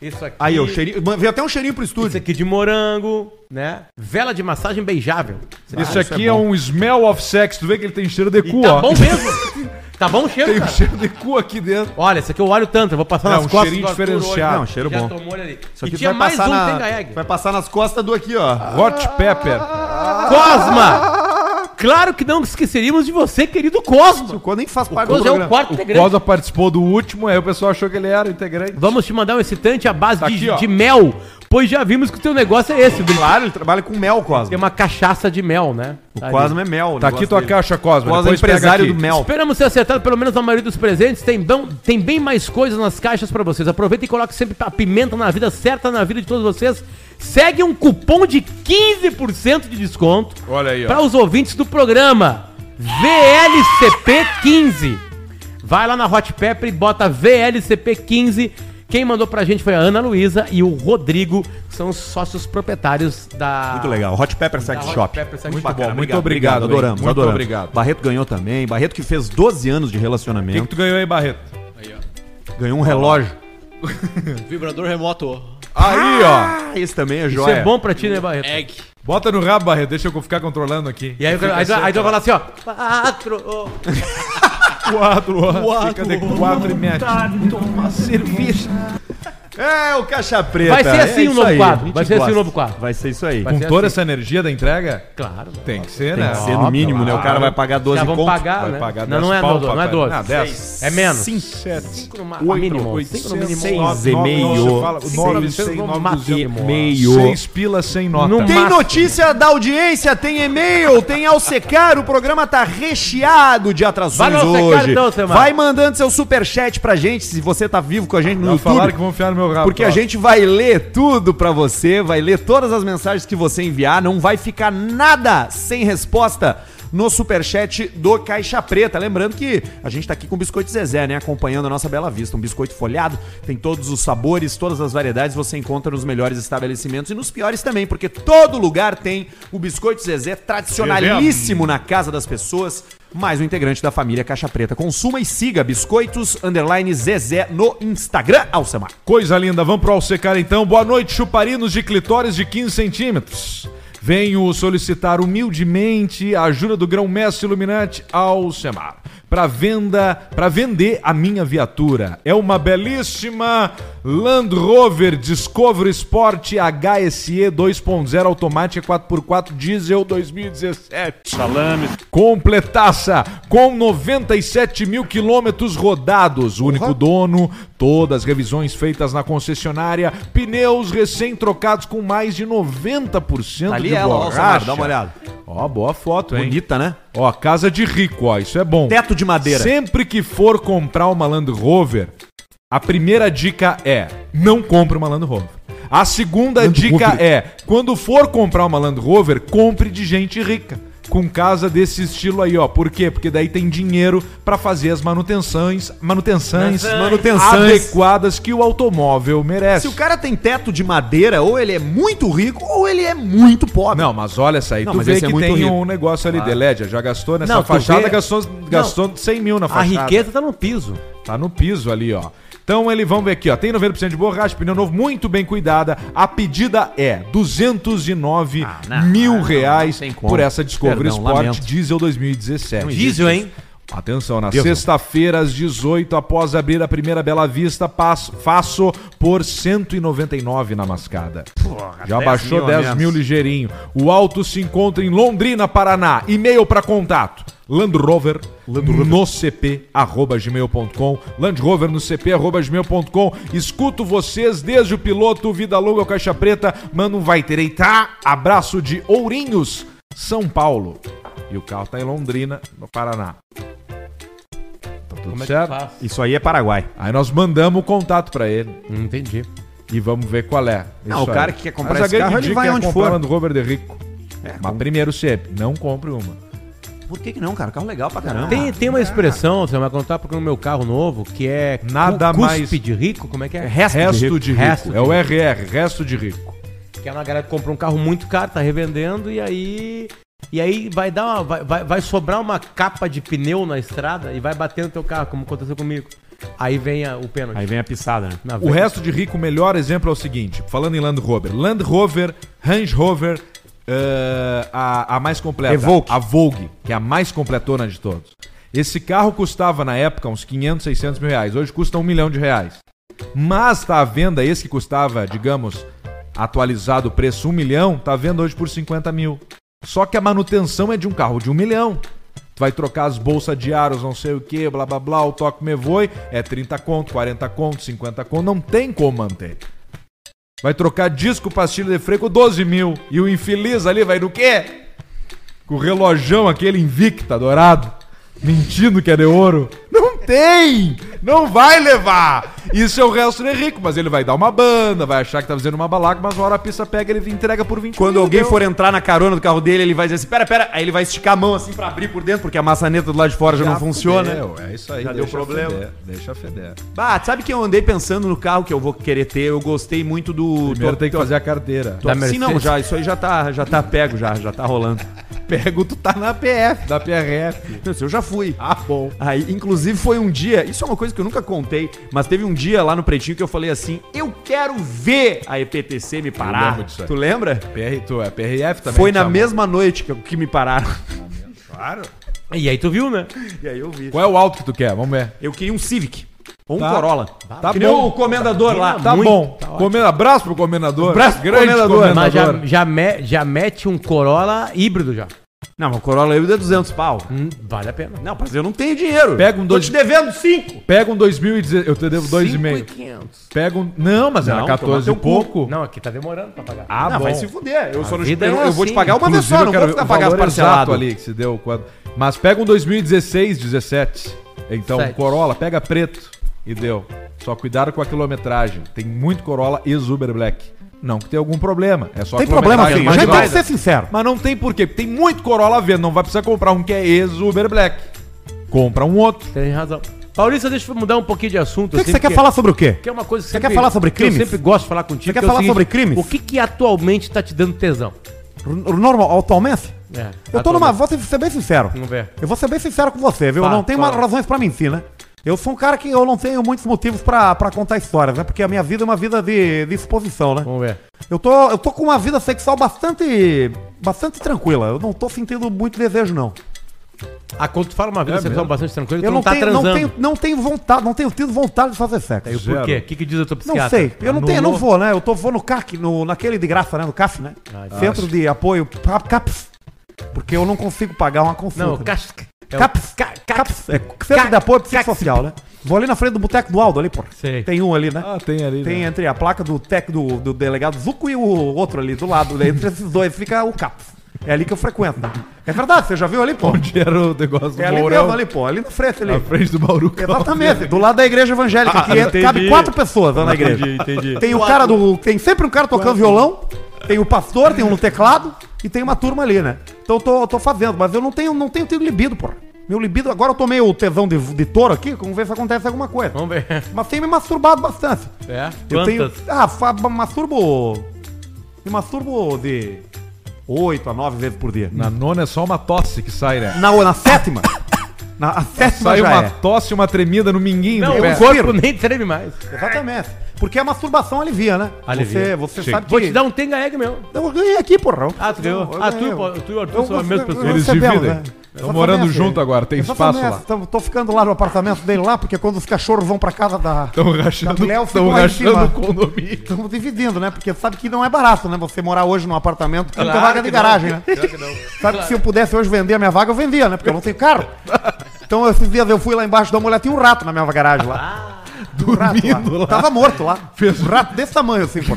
S2: Isso aqui.
S1: Aí, o cheirinho. man- Veio até um cheirinho pro
S2: Isso
S1: estúdio.
S2: aqui de morango, né? Vela de massagem beijável. Tá
S3: Isso aqui é, um smell of sex. Tu vê que ele tem cheiro de
S2: E
S3: cu,
S2: tá
S3: ó.
S2: bom mesmo. Tá bom o cheiro,
S3: Tem um
S2: cara?
S3: cheiro de cu aqui dentro.
S2: Olha, esse aqui é o alho tantra, vou passar
S3: É,
S2: nas
S3: um
S2: costas.
S3: cheirinho
S2: do Arthur
S3: diferenciado.
S2: hoje.
S1: Não, cheiro
S2: Já
S1: bom.
S2: tomou ele ali.
S1: Isso
S2: e
S1: aqui
S2: tinha
S1: vai
S2: mais um,
S1: passar,
S2: tem
S1: na,
S2: gaeg.
S1: vai passar nas costas do aqui, ó.
S3: Hot pepper.
S2: Cosma! Ah! Claro que não esqueceríamos de você, querido Cosma.
S1: Quando nem faz parte do
S2: Cosma é o
S1: programa.
S2: quarto
S3: O
S2: integrante.
S3: Cosa participou do último, aí o pessoal achou que ele era integrante.
S2: Vamos te mandar um excitante à base
S3: Tá
S2: de,
S3: aqui, ó.
S2: de mel, pois já vimos que o teu negócio é esse. Bruno.
S1: Claro, ele trabalha com mel,
S2: Tem
S1: Cosmo.
S2: uma cachaça de mel, né?
S1: O
S2: Tá ali.
S1: Cosmo é mel. o
S3: Tá
S1: negócio
S3: aqui tua
S1: dele.
S3: caixa, Cosma.
S1: Cosmo é
S3: Depois pega
S1: empresário
S3: aqui.
S1: do mel.
S2: Esperamos ter acertado pelo menos na maioria dos presentes. Tem, bom- tem bem mais coisas nas caixas pra vocês. Aproveita e coloca sempre a pimenta na vida certa, na vida de todos vocês. Segue um cupom de 15% de desconto
S3: Olha aí, ó.
S2: para os ouvintes do programa. VLCP15. Vai lá na Hot Pepper e bota VLCP15. Quem mandou pra gente foi a Ana Luísa e o Rodrigo, que são os sócios proprietários da.
S1: Muito legal. Hot Pepper Sex
S2: Ah, tá, Hot
S1: Shop.
S2: Pepper é Sex
S1: muito
S2: Shop.
S1: bom,
S3: Muito
S1: muito obrigado.
S3: obrigado, hein?
S1: adoramos,
S3: Muito
S1: adoramos.
S3: obrigado.
S1: Barreto ganhou também. Barreto que fez 12 anos de
S3: O que, que
S1: relacionamento.
S3: tu ganhou aí, Barreto?
S1: Ganhou um relógio.
S5: Vibrador remoto.
S3: Aí, ó.
S1: Ah, esse também é
S2: Isso
S1: joia.
S2: é bom pra ti, né, Barreto?
S5: Egg.
S3: Bota no rabo, Barreto. Deixa eu ficar controlando aqui.
S2: E é aí, aí, aí, aí, tu vai falar assim, ó. Quatro.
S3: Quatro, ó. Fica de quatro e mete. Toma cerveja.
S1: É o Caixa Preta.
S2: Vai ser assim
S1: é
S2: o
S1: isso
S2: novo
S1: aí,
S2: quadro,
S1: a gente
S2: vai ser assim
S1: gosta.
S2: o novo quadro.
S1: Vai ser isso aí.
S2: Vai
S3: Com
S2: ser
S3: toda
S2: assim.
S3: essa energia da entrega,
S2: Claro. velho.
S3: tem que ser,
S1: Tem
S3: né?
S1: que ser no mínimo, né? O cara vai pagar 12
S2: Já vão
S1: conto.
S2: pagar,
S3: Vai
S2: né?
S3: pagar
S2: não, não é
S3: dez pau,
S2: 12, não é
S3: papai.
S2: 12.
S3: Ah, dez.
S2: É menos.
S3: Cinco, sete,
S2: Cinco no ma-
S3: oito,
S2: mínimo,
S3: oitocentos,
S2: cinco no mínimo.
S3: seis,
S1: Nove,
S3: nove,
S1: meio,
S3: nove, você fala,
S1: seis,
S3: nove,
S2: seis,
S3: seis,
S2: nove,
S3: nove,
S2: mate-
S3: duzentos. um.
S1: meio.
S3: Seis pilas sem nota.
S2: No
S1: Tem
S2: máximo.
S1: notícia da audiência, tem e-mail, tem Alsecar, o programa tá recheado de
S2: Vai
S1: atrações
S2: no Alsecar,
S1: hoje.
S2: então, Semar.
S1: Vai mandando seu superchat pra gente, se você tá vivo com a gente no
S3: Já
S1: YouTube.
S3: falaram que vão enfiar no meu rabo. tá?
S1: Porque a
S3: ó.
S1: gente vai ler tudo pra você, vai ler todas as mensagens que você enviar, não vai ficar nada sem resposta no superchat do Caixa Preta. Lembrando que a gente tá aqui com o Biscoito Zezé, né? Acompanhando a nossa Bela Vista. Um biscoito folhado, tem todos os sabores, todas as variedades, você encontra nos melhores estabelecimentos e nos piores também, porque todo lugar tem o Biscoito Zezé tradicionalíssimo na casa das pessoas. Mais um integrante da família Caixa Preta. Consuma e siga Biscoitos Underline Zezé no Instagram, Alcemar.
S3: Coisa linda, vamos pro Alsecar então. Boa noite, chuparinos de clitóris de 15 centímetros. Venho solicitar humildemente a ajuda do grão-mestre iluminante Alcemar para venda, para vender a minha viatura. É uma belíssima Land Rover Discovery Sport HSE 2.0 automática 4x4 diesel 2017 completaça com 97 mil quilômetros rodados, único dono, todas as revisões feitas na concessionária, pneus recém-trocados com mais de 90%
S1: Tá ali
S3: de
S1: ela, ó,
S3: borracha.
S1: Samara, dá uma olhada.
S3: Ó, boa foto, hein?
S1: Bonita, né?
S3: Ó, casa de rico, ó, isso é bom.
S1: Teto de madeira.
S3: Sempre que for comprar uma Land Rover, a primeira dica é: não compre uma Land Rover. A segunda dica é: quando for comprar uma Land Rover, compre de gente rica. Com casa desse estilo aí, ó. Por quê? Porque daí tem dinheiro pra fazer as manutenções, manutenções,
S1: Manutenções.
S3: adequadas que o automóvel merece.
S6: É.
S1: Se o cara tem teto de madeira, ou ele é muito rico, ou ele é muito pobre.
S3: Não, mas olha essa aí.
S1: Não,
S3: tu
S1: mas
S3: vê
S1: esse
S3: que
S1: é muito
S3: tem
S1: rico.
S3: um negócio ali, Delédia. Já gastou nessa
S2: Não, tu
S3: fachada,
S2: vê-
S3: gastou, gastou 100 mil na
S2: A
S3: fachada.
S2: riqueza tá no piso.
S3: Tá no piso ali, ó. Então ele, vamos ver aqui, ó. Tem 90% de borracha, pneu novo, muito bem cuidada. A pedida é 209
S1: Ah, não,
S3: mil
S1: não, não
S3: reais
S1: tem como.
S3: por essa Discovery
S1: Perdão,
S3: Sport
S1: lamento.
S3: Diesel 2017.
S2: Diesel, hein?
S3: Atenção, na sexta-feira, às 18, após abrir a primeira Bela Vista, passo, faço por 199 na mascada. Já
S1: 10
S3: baixou
S1: mil a
S3: 10 mil
S1: menos.
S3: ligeirinho. O alto se encontra em Londrina, Paraná. E-mail para contato. Land Rover, no CP, arroba gmail.com. Land Rover no CP, arroba gmail.com. Escuto vocês desde o piloto Vida Longa ao Caixa Preta. Mano, vai ter eita. Abraço de Ourinhos, São Paulo. E o carro tá em Londrina, no Paraná. Tá tudo certo?
S1: Isso aí é Paraguai.
S3: Aí nós mandamos o contato pra ele
S2: Não entendi.
S3: e vamos ver qual é.
S1: Não, o cara que quer comprar
S3: Mas
S1: esse
S3: a grande
S1: carro, ele
S3: dica
S1: vai
S3: é
S1: onde
S3: comprar
S1: for.
S3: uma Land Rover de rico. É,
S1: É,
S3: Mas primeiro sempre, não compre uma.
S1: Por que, que não, cara? Carro legal pra caramba.
S2: Tem, tem uma expressão, você vai contar porque no meu carro novo, que é cu-
S3: Nada mais-
S2: cuspe de rico, como é que é?
S1: resto,
S3: Resto de rico.
S2: Resto de
S3: é o RR, resto de rico.
S2: Que é uma galera que comprou um carro muito caro, tá revendendo, e aí. E aí vai dar uma. Vai, vai, vai sobrar uma capa de pneu na estrada e vai bater no teu carro, como aconteceu comigo. Aí vem a- o pênalti.
S1: Aí vem a pisada, né?
S2: Na
S3: O
S2: vez.
S3: resto de rico, o melhor exemplo é o seguinte, falando em Land Rover. Land Rover, Range Rover, eh, a, a mais completa.
S1: É Volk.
S3: A Vogue, que é a mais completona de todos. Esse carro custava na época uns 500, 600 mil reais. Hoje custa um milhão de reais. Mas tá à venda esse que custava, digamos, atualizado o preço um milhão, tá à venda hoje por 50 mil. Só que a manutenção é de um carro de um milhão. Tu vai trocar as bolsas de aros, não sei o que, blá blá blá, o toque me voe, é 30 conto, 40 conto, 50 conto, não tem como manter. Vai trocar disco, pastilha de freio, 12 mil. E o infeliz ali vai no quê? Com o relojão aquele invicta, dourado. Mentindo que é de ouro. Não tem! Não vai levar! Isso é o resto é rico, mas ele vai dar uma banda, vai achar que tá fazendo uma balaca, mas uma hora a pista pega ele entrega por 20
S6: Quando
S3: mil,
S6: alguém
S3: deu.
S6: for entrar na carona do carro dele, ele vai dizer assim: pera, pera. Aí ele vai esticar a mão assim pra abrir por dentro, porque a maçaneta do lado de fora já, não funciona.
S3: Fudeu, É isso aí,
S6: Já deu
S3: deixa
S6: problema.
S3: feder, deixa feder.
S6: Bah, sabe que eu andei pensando no carro que eu vou querer ter? Eu gostei muito do.
S3: Primeiro
S6: do-
S3: tem que fazer a carteira.
S6: do-
S2: Da
S6: Sim,
S2: Mercedes.
S6: não, já, isso aí já tá, já tá pego, já, já tá
S1: <laughs>
S6: rolando.
S3: Pego, tu tá na PF, da PRF.
S6: Não, isso eu já fui.
S3: Ah, bom.
S6: Aí, inclusive, foi um dia. Isso é uma coisa que eu nunca contei, mas teve um dia lá no Pretinho que eu falei assim: eu quero ver a EPTC me parar.
S3: lembro disso aí.
S6: Tu lembra?
S3: PR, tu é PRF também.
S6: Foi
S3: que
S6: na
S3: chama.
S6: mesma noite que, que me pararam. <laughs>
S3: Claro.
S2: E aí tu viu, né?
S6: E aí eu vi.
S3: Qual é o alto que tu quer? Vamos ver.
S6: Eu queria um Civic. Ou um
S3: Tá.
S6: Corolla.
S3: Tá
S6: que nem
S3: bom.
S6: o comendador lá.
S3: Tá bom. Comendo, abraço pro comendador.
S6: Abraço pro
S3: Grande
S6: comendador.
S3: comendador.
S2: Mas já, já, me- já mete um Corolla híbrido já.
S6: Não, mas o Corolla eu dei 200 pau.
S2: Hum, vale a pena.
S6: Não, mas eu não tenho dinheiro.
S3: Pega um
S6: Tô
S3: dois-
S6: te devendo 5.
S3: Pega um 2016. Eu te devo dois e meio.
S2: 5.500.
S3: Pega um. Não, mas
S6: Não,
S3: era 14
S6: toma
S3: e
S6: teu cu.
S3: pouco.
S2: Não, aqui tá demorando pra pagar.
S3: Ah,
S6: não,
S3: bom.
S6: vai se fuder. Eu só não te
S2: vida
S6: pego-
S2: é
S6: Eu vou te
S2: assim.
S6: pagar uma vez só, não vou ficar pagar
S3: pagando
S6: parcelado.
S3: um ali que se deu quando. Mas pega um 2016, 17. Então,
S2: Sete.
S3: Corolla, pega preto e deu. Só cuidado com a quilometragem. Tem muito Corolla e Uber Black. Não que tenha algum problema. É só a
S1: Tem problema,
S3: quilometragem
S1: filho.
S3: é
S1: Já tem
S3: mais
S1: que
S3: alta.
S1: ser sincero.
S3: Mas não tem porquê, porque tem muito Corolla vendo, não vai precisar comprar um que é ex-Uber Black. Compra um outro.
S2: Tem razão. Paulista, deixa eu mudar um pouquinho de assunto.
S1: O que, que
S2: assim,
S1: você quer
S2: porque-
S1: falar sobre o quê?
S2: Que é uma coisa que
S1: Você quer falar sobre
S2: que eu
S1: crimes?
S2: sempre gosto de falar contigo.
S1: Você quer
S2: que é o
S1: falar sobre crimes?
S2: O que que atualmente tá te dando tesão?
S1: R- Normal, atualmente?
S2: É,
S1: Eu tô
S2: atualmente.
S1: numa. Vou ser- ser bem sincero.
S2: Vamos ver.
S1: Eu vou ser bem sincero com você, viu? Eu
S2: Fala,
S1: não tenho
S2: fala.
S1: mais razões pra mentir, né? Eu sou um cara que eu não tenho muitos motivos pra, pra contar histórias, né? Porque a minha vida é uma vida de, de exposição, né?
S2: Vamos ver.
S1: Eu tô, eu tô com uma vida sexual bastante. bastante tranquila. Eu não tô sentindo muito desejo, não.
S2: Ah, quando tu fala uma vida
S3: É
S2: sexual
S3: mesmo.
S2: bastante tranquila, tu
S1: Eu
S2: não,
S1: não,
S2: tá
S1: tenho, não,
S2: transando.
S1: tenho, não tenho vontade, não tenho tido vontade de fazer sexo.
S2: Aí, por quê? O que, que diz o teu
S1: Não
S2: psiquiatra?
S1: sei, eu não tenho, eu não
S2: Anulou?
S1: vou, né? Eu tô, vou no CAC, no, naquele de graça, né? No CAF, né?
S2: Ah,
S1: Centro de Apoio Pra- CAPS. Porque eu não consigo pagar uma consulta. <laughs>
S2: Não,
S1: né?
S2: casca. É o-
S1: CAPS.
S2: Ca-
S1: CAPS. É Centro de Apoio Psicossocial, né? Vou ali na frente do Boteco do Aldo ali, pô.
S2: Sei. é.
S1: Tem um ali, né?
S3: Ah, tem ali.
S1: Tem
S3: né?
S1: entre a placa do tec do, do delegado Zuco e o outro ali do lado. né? Entre esses dois fica o CAPS. É ali que eu frequento. né? É verdade, você já viu ali, pô?
S3: Onde era o negócio do
S1: É ali
S3: Mourão,
S1: mesmo, ali, pô. Ali na frente, ali.
S2: Tá
S3: na frente do Bauru.
S1: Exatamente, do lado da igreja evangélica, que entra- cabe quatro pessoas lá na igreja. Tem o cara do. Tem sempre um cara tocando violão, tem o pastor, tem um no teclado e tem uma turma ali, né? Então eu tô, eu tô fazendo, mas eu não tenho, não tenho tido libido, porra. Meu libido, agora eu tomei o tesão de, de touro aqui, vamos ver se acontece alguma coisa.
S2: Vamos ver.
S1: Mas tenho me masturbado bastante.
S2: É.
S1: Eu tenho.
S2: Quantas?
S1: Ah, fa- masturbo. Me masturbo de 8 a 9 vezes por dia.
S3: Na nona é só uma tosse que sai, né?
S1: Na, na sétima? <coughs> Na a sétima
S3: Sai
S1: já
S3: uma
S1: é.
S3: tosse e uma tremida no minguinho.
S2: Não,
S3: do pé.
S2: o corpo nem treme mais.
S1: Exatamente. Porque a masturbação alivia, né? Você,
S2: Alivia.
S1: você
S3: Sim.
S1: sabe
S2: Vou
S1: que...
S2: te dar um tenga-egg meu.
S1: Eu ganhei aqui, porra.
S2: Ah, tu ganhou.
S1: Eu
S2: Ah, tu,
S1: ganhei.
S2: pô, tu e o Arthur
S1: Eu-
S2: são as mesmas
S1: eu-
S2: pessoas.
S3: Eles
S1: recebemos,
S3: dividem.
S1: né?
S3: Estão morando
S1: Exatamente.
S3: junto agora, tem espaço lá.
S1: Exatamente. Tamo- Tô ficando lá no apartamento dele lá, porque quando os cachorros vão pra casa da...
S3: Estão rachando,
S1: Da mulher, eu fico
S3: tão
S1: lá em
S3: rachando
S1: cima.
S3: o condomínio.
S1: Estamos dividindo, né? Porque sabe que não é barato, né? Você morar hoje num apartamento que não tem
S2: Claro
S1: vaga de
S2: que
S1: garagem,
S2: não.
S1: né? Sabe que se eu pudesse hoje vender a minha vaga, eu vendia, né? Porque eu não tenho carro. Então esses dias eu fui lá embaixo da mulher, tinha um rato na minha garagem lá. Um rato
S3: Dormindo
S1: lá.
S3: lá.
S1: Tava morto lá.
S3: Fez-
S1: Um rato desse tamanho, assim, pô.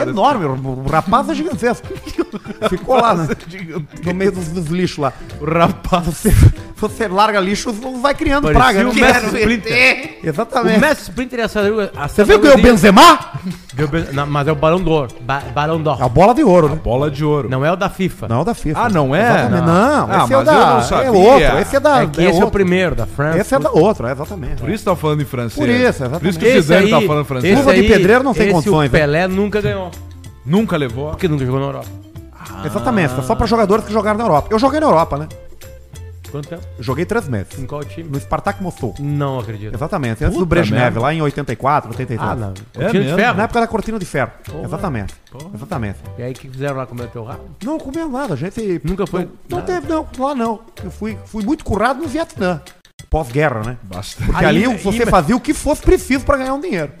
S1: Enorme, o rapaz é gigantesco. Ficou lá, né? No meio dos, dos lixos lá.
S2: O rapaz.
S1: Você, você larga lixo, vai criando praga,
S2: Parecia o
S1: né?
S2: Messi Splinter.
S1: Exatamente.
S2: O é Messi Splinter e a Você
S1: Você viu que é o Benzema?
S2: Mas é o Barão d'Or. Ba Barão d'Or.
S1: É a bola de ouro, né?
S3: Bola de ouro.
S2: Não é o da FIFA.
S1: Não, da FIFA.
S3: Ah, não é?
S1: Exatamente. Não,
S3: Ah,
S1: esse é o
S3: mas
S1: da.
S3: eu não sabia.
S1: É outro. Esse é da.
S2: É que esse é o
S1: outro.
S2: primeiro, da França.
S1: Esse é da outro, é exatamente.
S3: Por isso tá falando em francês.
S1: Por isso, exatamente.
S3: Por isso que o
S2: Esse
S3: Zidane
S2: aí,
S3: tá falando francês.
S2: esse
S1: Luva de
S2: aí,
S1: pedreiro não tem
S2: esse
S1: condições, né?
S2: O Pelé nunca ganhou.
S3: Nunca levou.
S2: Porque nunca jogou na Europa.
S1: Exatamente. é Só pra jogadores que jogaram na Europa. Eu joguei na Europa, né?
S2: Quanto tempo?
S1: Eu Joguei três meses.
S2: Em qual time?
S1: No Spartak Moscou.
S2: Não acredito.
S1: Exatamente. Antes do
S3: Puta
S1: Brezhnev,
S3: merda.
S1: lá em 84, 83.
S2: Ah, não.
S3: É
S2: time de
S3: mesmo?
S2: ferro.
S1: Na época da cortina de ferro. exatamente.
S2: Porra.
S1: Exatamente.
S2: E aí o que fizeram lá comer o teu rabo?
S1: Não comeu nada, a gente.
S2: Nunca foi
S1: Não, não
S2: nada.
S1: teve, não. Lá não. Eu fui, fui muito curado no Vietnã. pós-guerra, né?
S3: Basta.
S1: Porque
S2: Aí-
S1: ali você
S2: aí-
S1: fazia o que fosse preciso pra ganhar um dinheiro.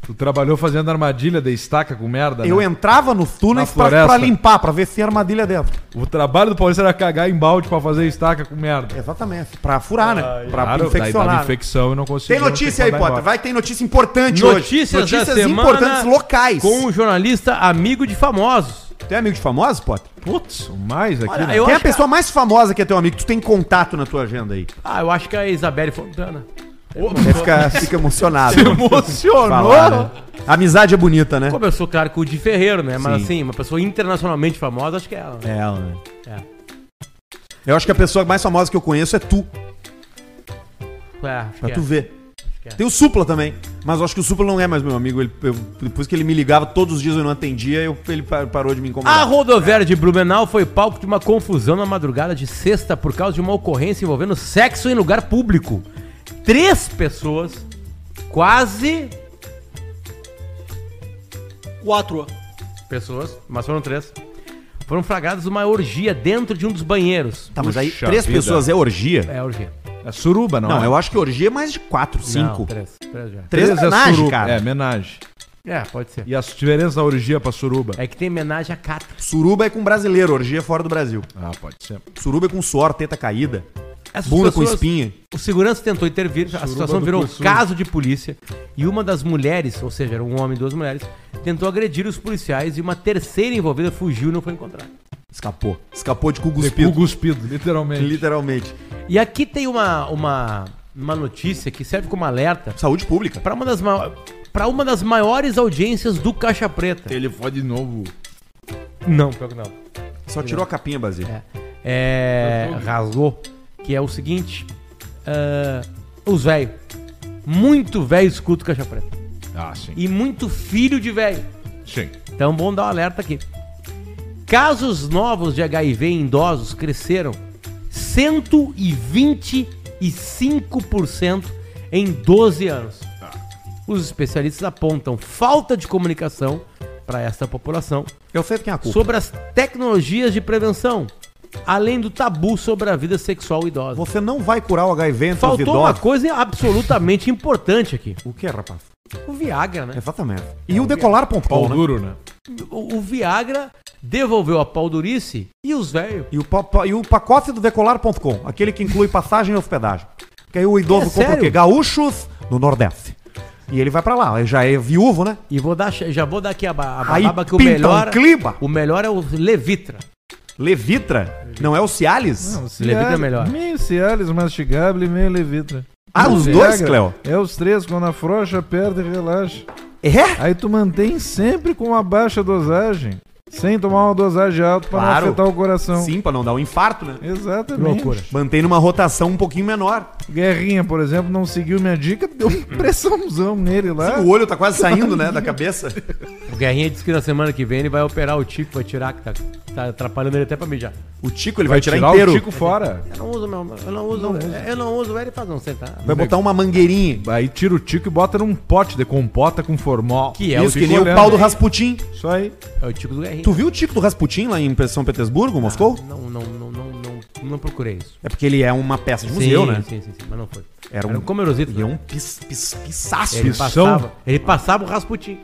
S3: Tu trabalhou fazendo armadilha de estaca com merda,
S1: Eu
S3: né?
S1: entrava nos túneis
S3: Na
S1: pra,
S3: floresta.
S1: pra limpar, pra ver se tinha armadilha dentro.
S3: O trabalho do Paulista era cagar em balde pra fazer estaca com merda.
S1: Exatamente. Pra furar, né? Pra
S3: Claro, daí
S1: infeccionar.
S3: dava
S1: né?
S3: infecção e não conseguia.
S1: Tem notícia aí, Potter. Vai, tem notícia importante hoje.
S2: Notícias, da semana
S1: importantes locais.
S2: com o jornalista amigo de famosos.
S1: Tem amigo de famosos, Potter?
S3: Putz, mais aqui.
S2: Olha,
S3: né?
S2: eu
S1: Quem é a
S2: acho que-
S1: pessoa mais famosa que é teu amigo? que Tu tem contato na tua agenda aí.
S2: Ah, eu acho que é a Isabelle Fontana.
S1: Você fica, <laughs> fica emocionado.
S3: Emocionou!
S1: Falar, né? Amizade é bonita, né?
S2: Como eu sou claro com o de Ferreiro, né? Mas
S1: Sim.
S2: assim, uma pessoa internacionalmente famosa, acho que é ela. né?
S1: É ela, né? Eu acho que a pessoa mais famosa que eu conheço é tu,
S2: É, acho
S1: pra
S2: que é.
S1: tu ver.
S2: que é.
S1: Tem o Supla também, mas eu acho que o Supla não é mais meu amigo. Ele, eu- depois que ele me ligava todos os dias eu não atendia, eu, ele pa- parou de me
S2: A
S1: incomodar.
S2: rodoviária de Blumenau foi palco de uma confusão na madrugada de sexta por causa de uma ocorrência envolvendo sexo em lugar público. Três pessoas quase
S7: Quatro.
S2: pessoas, mas foram três. Foram flagradas uma orgia dentro de um dos banheiros.
S1: tá, mas aí
S3: Puxa
S1: três
S3: vida.
S1: pessoas é orgia?
S2: É orgia.
S3: É suruba, não,
S1: Não,
S3: é?
S1: eu acho que orgia é mais de quatro, cinco.
S2: Não, três. Três já.
S1: Três, é homenagem,
S3: suruba.
S1: cara.
S3: É, menagem.
S2: É, pode ser.
S3: E as diferenças da orgia pra suruba?
S2: É que tem homenagem a Cata.
S1: Suruba é com brasileiro, orgia é fora do Brasil.
S3: Ah, pode ser.
S1: Suruba é com suor, teta caída,
S2: Essas
S1: bunda com
S2: pessoas-
S1: espinha.
S2: O segurança tentou intervir, a situação
S3: do
S2: virou um
S3: Sul.
S2: caso de polícia e uma das mulheres, ou seja, era um homem e duas mulheres, tentou agredir os policiais e uma terceira envolvida fugiu e não foi encontrada.
S1: Escapou. Escapou de cu
S3: O
S1: cuspido.
S3: cuspido, literalmente.
S1: Literalmente.
S2: E aqui tem uma, uma, uma notícia que serve como alerta
S1: Saúde pública.
S2: para uma, das ma- pra uma das maiores audiências do Caixa Preta.
S3: Ele foi de novo.
S2: Não, pior que não.
S1: Só tirou a capinha, Basílio.
S2: É, é, rasgou. Que é o seguinte: ah, os velhos. Muito velho escuta o Caixa Preta.
S3: Ah, sim.
S2: E muito filho de velho.
S3: Sim.
S2: Então, bom dar um alerta aqui. Casos novos de HIV em idosos cresceram 125% em 12 anos. Os especialistas apontam falta de comunicação para esta população
S1: Eu sei quem é a culpa.
S2: sobre as tecnologias de prevenção, além do tabu sobre a vida sexual idosa.
S1: Você não vai curar o HIV entre os
S2: Faltou uma
S1: idosos.
S2: coisa absolutamente importante aqui.
S1: O que, rapaz?
S2: O Viagra, né?
S1: Exatamente. E o decolar.com,
S3: Pau
S1: né?
S3: duro, né?
S2: O, o Viagra devolveu a pau durice e os velhos.
S1: E o, pa- pa- e o pacote do decolar.com, aquele que inclui passagem e hospedagem. Porque aí o idoso
S2: É,
S1: compra o quê?
S2: sério?
S1: Gaúchos no Nordeste. E ele vai pra lá. Ele já é viúvo, né?
S2: E vou dar, já vou dar aqui a, ba- a
S1: Aí
S2: barraba que o
S1: pinta um
S2: melhor.
S1: clima.
S2: O melhor é o Levitra.
S1: Levitra. Não é o Cialis?
S2: Levitra é melhor.
S3: Meio Cialis mastigável e meio Levitra.
S1: ah, os dois, Cleo?
S3: É os três, quando afrouxa, perde e relaxa.
S1: É?
S3: Aí tu mantém sempre com uma baixa dosagem, sem tomar uma dosagem alta pra
S1: Claro.
S3: não afetar o coração.
S1: Sim, pra não dar um infarto, né?
S3: Exatamente.
S2: Loucura.
S1: Mantém numa rotação um pouquinho menor.
S3: Guerrinha, por exemplo, não seguiu minha dica, deu um pressãozão nele lá.
S1: O olho tá quase saindo, né? Da cabeça.
S2: O Guerrinha disse que na semana que vem ele vai operar o Tico, vai tirar, que tá, tá atrapalhando ele até pra mijar.
S1: O Tico, ele vai, tirar, inteiro.
S3: o Tico fora.
S2: Eu não uso, meu. Eu não uso. eu não uso ele pra não sentar.
S1: Vai botar uma mangueirinha.
S3: Aí tira o Tico e bota num pote de compota com formol.
S2: Que é
S1: Isso, que
S2: o Tico.
S1: nem o
S3: olhando.
S1: pau do Rasputin.
S3: Isso aí.
S2: É o Tico do Guerrinha.
S1: Tu viu o Tico do Rasputin lá em São Petersburgo, Moscou?
S2: Não, não, não, não, não, não procurei isso.
S1: É porque ele é uma peça de museu,
S2: sim,
S1: né?
S2: Sim, sim, sim, mas não foi.
S1: Era um-
S2: comerosito.
S1: Ele é
S2: né?
S1: um pis, pis, pissaço.
S2: Ele
S3: Pissão.
S2: passava, ele passava o Rasputin.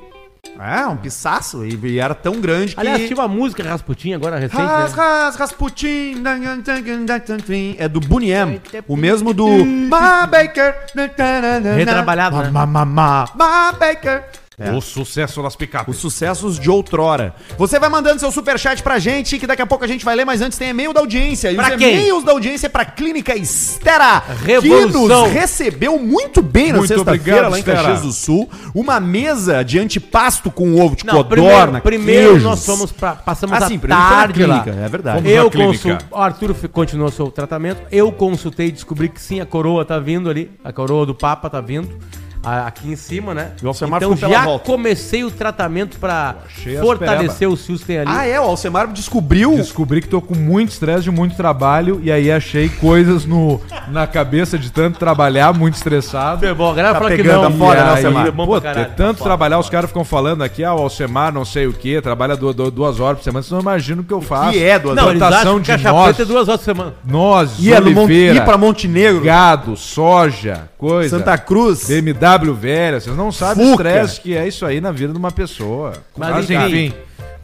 S1: É, um pissaço. E, e era tão grande que...
S2: Aliás, tinha uma música Rasputin agora recente.
S1: Ras,
S2: né?
S1: ras, Rasputin. dan, dan, dan, dan, dan, dan, dan. É do Boney M. O mesmo do... Ma Baker. na, na, na, na, na.
S2: Retrabalhado, né?
S1: Ma, ma, ma, ma Baker. É.
S3: O sucesso das
S1: Os
S3: picapes.
S1: sucessos de outrora. Você vai mandando seu superchat pra gente, que daqui a pouco a gente vai ler, mas antes tem e-mail da audiência. E
S2: Pra
S1: os
S2: quem?
S1: e-mails da audiência é pra Clínica Estera, que
S2: Revolução.
S1: nos recebeu muito bem na
S3: Muito
S1: sexta-feira
S3: obrigado,
S1: lá em
S3: Estera.
S1: Caxias do Sul. Uma mesa de antipasto com ovo de
S2: Não,
S1: codorna,
S2: primeiro, primeiro
S1: queijos.
S2: nós fomos pra, passamos
S1: Assim,
S2: a
S1: primeiro foi na
S2: tarde lá.
S1: clínica, é verdade.
S3: Fomos na
S2: Eu
S3: clínica.
S2: consul... o Arthur fi- continuou seu tratamento. Eu consultei e descobri que sim, a coroa tá vindo ali. A coroa do Papa tá vindo. a- aqui em cima, né?
S1: E o Alcemar
S2: então
S1: ficou pela
S2: já
S1: volta.
S2: comecei o tratamento pra
S3: Achei as
S2: fortalecer os fios que tem ali.
S1: Ah, é, o Alcemar descobriu.
S3: Descobri que tô com muito estresse de muito trabalho e aí achei coisas no, na cabeça de tanto trabalhar, muito estressado.
S2: Foi bom, a galera
S4: Tá
S2: fala que
S4: pegando
S2: não.
S4: a
S2: E
S4: foda, né,
S2: aí,
S4: Alcemar?
S2: é bom pra
S3: Então, Pô,
S2: caralho. tá
S3: de tanto trabalhar, os caras ficam falando aqui, ah, o Alcemar não sei o que, trabalha du- du- duas horas por semana, vocês não imaginam o que eu faço.
S4: que é duas
S2: Não, eles acham
S3: plantação
S2: que a
S3: de
S2: chapeta é
S3: nozes,
S2: duas horas por semana.
S3: nozes,
S4: Ia, no Mon-
S3: oliveira,
S4: ia pra Montenegro,
S3: gado, soja, coisa.
S4: Santa Cruz.
S3: BMW velha, vocês não sabem o
S4: Fuca.
S3: estresse que é isso aí na vida de uma pessoa.
S2: Mas, enfim,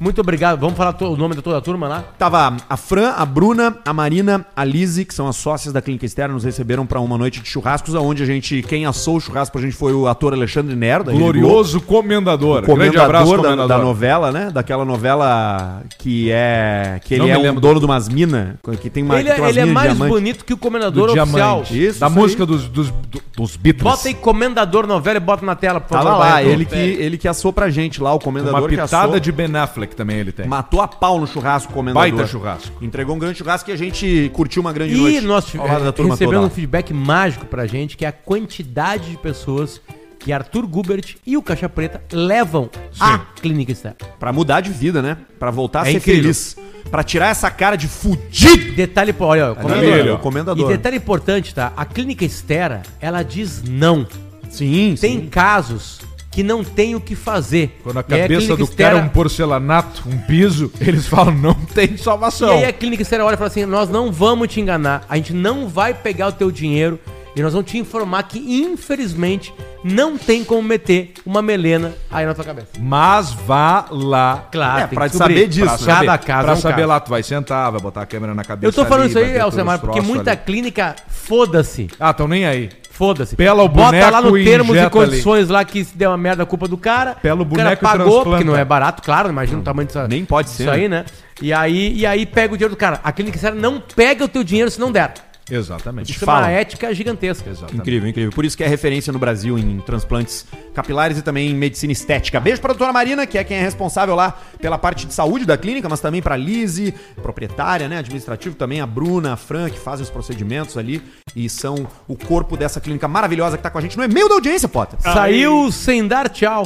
S2: Muito obrigado. Vamos falar to- o nome de toda a turma lá?
S1: Tava a Fran, a Bruna, a Marina, a Lizzy, que são as sócias da Clínica Externa, nos receberam pra uma noite de churrascos, aonde a gente, quem assou o churrasco pra gente foi o ator Alexandre Nero, da Rede Globo,
S3: Glorioso comendador. Grande
S1: comendador,
S3: abraço,
S1: da-
S3: comendador.
S1: da, novela, né? Daquela novela que é que ele
S3: Não me
S1: é um
S3: lembro.
S1: dono de umas minas, que tem uma
S2: ele
S1: que tem
S2: é,
S1: umas
S2: ele é
S1: minas de
S2: mais
S1: diamante.
S2: bonito que o
S3: do
S2: Comendador Oficial.
S3: diamante.
S1: Isso,
S3: da
S1: isso
S3: música dos, dos, do- dos Beatles.
S2: Bota aí Comendador Novela e bota na tela, por
S1: Tava
S2: favor.
S1: Tá lá,
S2: vai, então.
S1: ele que, ele que assou pra gente lá, o comendador
S3: Uma
S1: que assou.
S3: pitada de Ben Affleck também ele tem.
S1: Matou a pau no churrasco, o comendador.
S3: Baita churrasco.
S1: Entregou um grande churrasco e a gente curtiu uma grande noite.
S2: E nós tive-
S1: ao lado da turma
S2: recebemos
S1: toda
S2: um
S1: lá.
S2: feedback mágico pra gente, que é a quantidade de pessoas que Arthur Gubert e o Caixa Preta levam à clínica externa.
S1: Pra mudar de vida, né? Pra voltar a
S2: É
S1: ser
S2: incrível.
S1: feliz. Pra tirar essa cara de fudido.
S2: Detalhe, po-
S1: É,
S2: olha, olha,
S3: Comendador.
S1: Comendador.
S2: É E
S1: comendador.
S2: detalhe importante, tá? A clínica externa, ela diz não.
S1: Sim,
S2: Tem casos que não tem o que fazer.
S3: Quando a
S2: E aí
S3: cabeça
S2: clínica
S3: do cara é um
S2: externa-
S3: porcelanato, um piso, <laughs> eles falam, não tem
S2: E
S3: salvação.
S2: aí a clínica externa olha e fala assim: nós não vamos te enganar, a gente não vai pegar o teu dinheiro e nós vamos te informar que, infelizmente, não tem como meter uma melena aí na tua cabeça.
S3: Mas vá lá.
S2: Claro,
S1: É,
S2: tem
S1: pra
S2: que descobrir.
S1: saber disso,
S3: Pra
S1: né?
S3: saber,
S2: Cada casa
S3: pra
S2: é um
S3: saber
S2: caso.
S3: lá, tu vai sentar, vai botar a câmera na cabeça.
S2: Eu tô falando
S3: ali,
S2: isso
S3: vai
S2: aí,
S3: ver todos
S2: Alcemar,
S3: os
S2: porque
S3: troços
S2: muita
S3: ali.
S2: clínica foda-se.
S3: Ah, tão nem aí.
S2: Foda-se.
S3: Pela o
S2: Bota lá
S3: boneco
S2: no
S3: e
S2: termos e
S3: injeta
S2: condições lá que se deu uma merda a culpa do cara.
S3: Pela o
S2: cara
S3: boneco e
S2: pagou,
S3: transplanta.
S2: porque não é barato, claro, imagina o tamanho disso.
S1: Nem pode ser,
S2: Isso aí, né? E aí, e aí pega o dinheiro do cara. A clínica externa não pega o teu dinheiro se não der.
S3: Exatamente.
S2: Isso é
S1: falam.
S2: uma ética gigantesca.
S3: Exatamente.
S1: Incrível, incrível. Por isso que é referência no Brasil em transplantes capilares e também em medicina estética. Beijo pra doutora Marina, que é quem é responsável lá pela parte de saúde da clínica, mas também pra Lise, proprietária, né, administrativo, também a Bruna, a Fran, que fazem os procedimentos ali e são o corpo dessa clínica maravilhosa que tá com a gente no e-mail da audiência, Potter.
S2: Ah, Saiu sem dar tchau.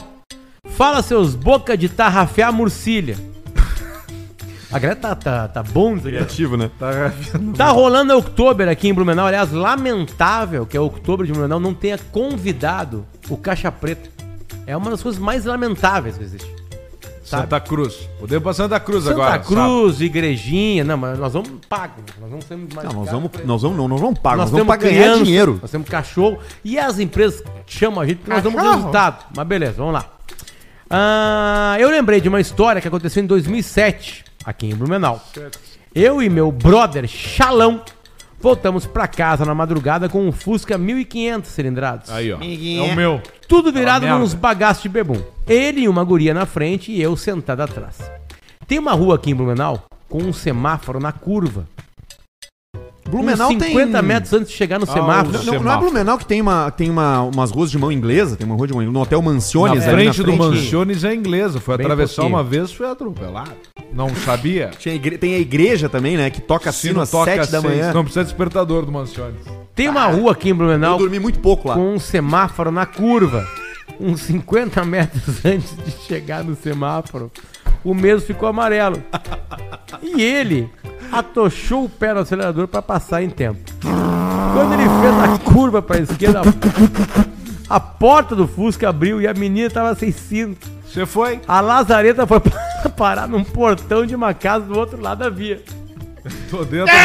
S2: Fala seus boca de tarrafear murcilha. A Greta tá, tá, tá bom,
S1: Criativo, né?
S2: Tá rolando a Oktober aqui em Blumenau. Aliás, lamentável que a Oktober de Blumenau não tenha convidado o Caixa Preta. É uma das coisas mais lamentáveis que existe.
S3: Santa Cruz. Podemos pra Santa Cruz
S2: Santa
S3: agora. sábado.
S2: Cruz, Igrejinha. Não, mas nós vamos pago. Nós não temos mais.
S1: Não, nós
S2: cara.
S1: vamos, nós vamos não, nós vamos pagar,
S2: Nós,
S1: nós,
S2: temos
S1: vamos pra ganhar
S2: criança,
S1: dinheiro.
S2: Nós temos cachorro. E as empresas chamam a gente porque nós damos
S4: Cachorro?
S2: resultado. Mas beleza, vamos lá. Ah, eu lembrei de uma história que aconteceu em 2007, aqui em Blumenau. Eu e meu brother Xalão voltamos pra casa na madrugada com um Fusca 1500 cilindrados.
S3: Aí, ó.
S1: Amiguinha.
S3: É o meu.
S2: Tudo virado
S3: Aquela
S2: nos
S3: merda.
S2: bagaços de bebum. Ele e uma guria na frente e eu sentado atrás. Tem uma rua aqui em Blumenau com um semáforo na curva.
S1: Blumenau
S2: Uns 50 metros antes de chegar no semáforo.
S1: Não, não, não
S3: o
S1: é
S3: semáforo.
S1: Blumenau que tem, uma, tem uma, umas ruas de mão inglesa, tem uma rua de mão inglesa, no Hotel
S3: Na
S1: Mansiones
S3: frente,
S1: ali
S3: do Mansiones é inglesa. Foi
S2: Bem
S3: atravessar
S2: pouquinho.
S3: uma vez, foi atropelado. Não sabia?
S1: Tinha igre- Tem a igreja também, né? Que toca sino às 7 da
S3: seis.
S1: manhã.
S3: Não precisa de despertador do Mansiones.
S2: Tem uma rua aqui em
S1: Eu
S2: Blumenau
S1: dormi muito pouco lá.
S2: com um semáforo na curva. Uns 50 metros <laughs> antes de chegar no semáforo, o mesmo ficou amarelo. E ele atochou o pé no acelerador para passar em tempo. Quando ele fez a curva para a esquerda, a porta do Fusca abriu e a menina estava sem cinto.
S3: Você foi?
S2: A lazareta foi <laughs> parar num portão de uma casa do outro lado da via.
S3: Tô dentro. <laughs>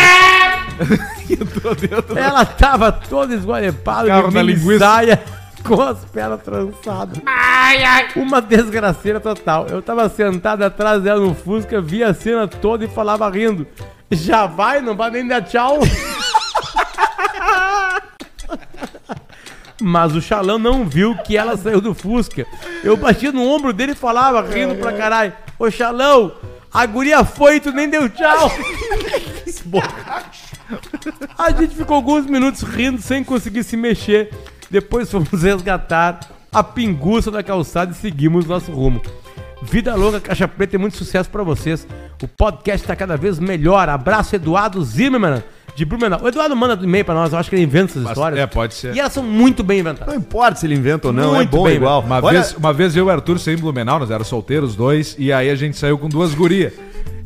S3: Tô
S2: <laughs>
S3: dentro.
S2: Ela tava toda esgualepada,
S3: Carro na
S2: mini
S3: linguiça.
S2: saia, <laughs> com as pernas trançadas. Uma desgraceira total. Eu tava sentado atrás dela no Fusca, via a cena toda e falava rindo. Já vai, não vai nem dar tchau. <laughs> Mas o Xalão não viu que ela saiu do Fusca. Eu batia no ombro dele e falava, rindo pra caralho. Ô Xalão, a guria foi e tu nem deu tchau. A gente ficou alguns minutos rindo sem conseguir se mexer. Depois fomos resgatar a pinguça da calçada e seguimos nosso rumo. Vida Louca, Caixa Preta e muito sucesso pra vocês. O podcast tá cada vez melhor. Abraço, Eduardo Zimmermann, de Blumenau. O Eduardo manda um e-mail pra nós, eu acho que ele inventa essas
S3: Mas-
S2: histórias.
S3: é, pode ser.
S2: E elas são muito bem inventadas.
S1: Não importa se ele inventa ou não,
S2: Muito
S1: é bom
S2: bem,
S1: igual.
S3: Uma,
S1: Olha,
S3: vez, uma vez eu e o Arthur sem Blumenau, nós éramos solteiros dois, e aí a gente saiu com duas gurias.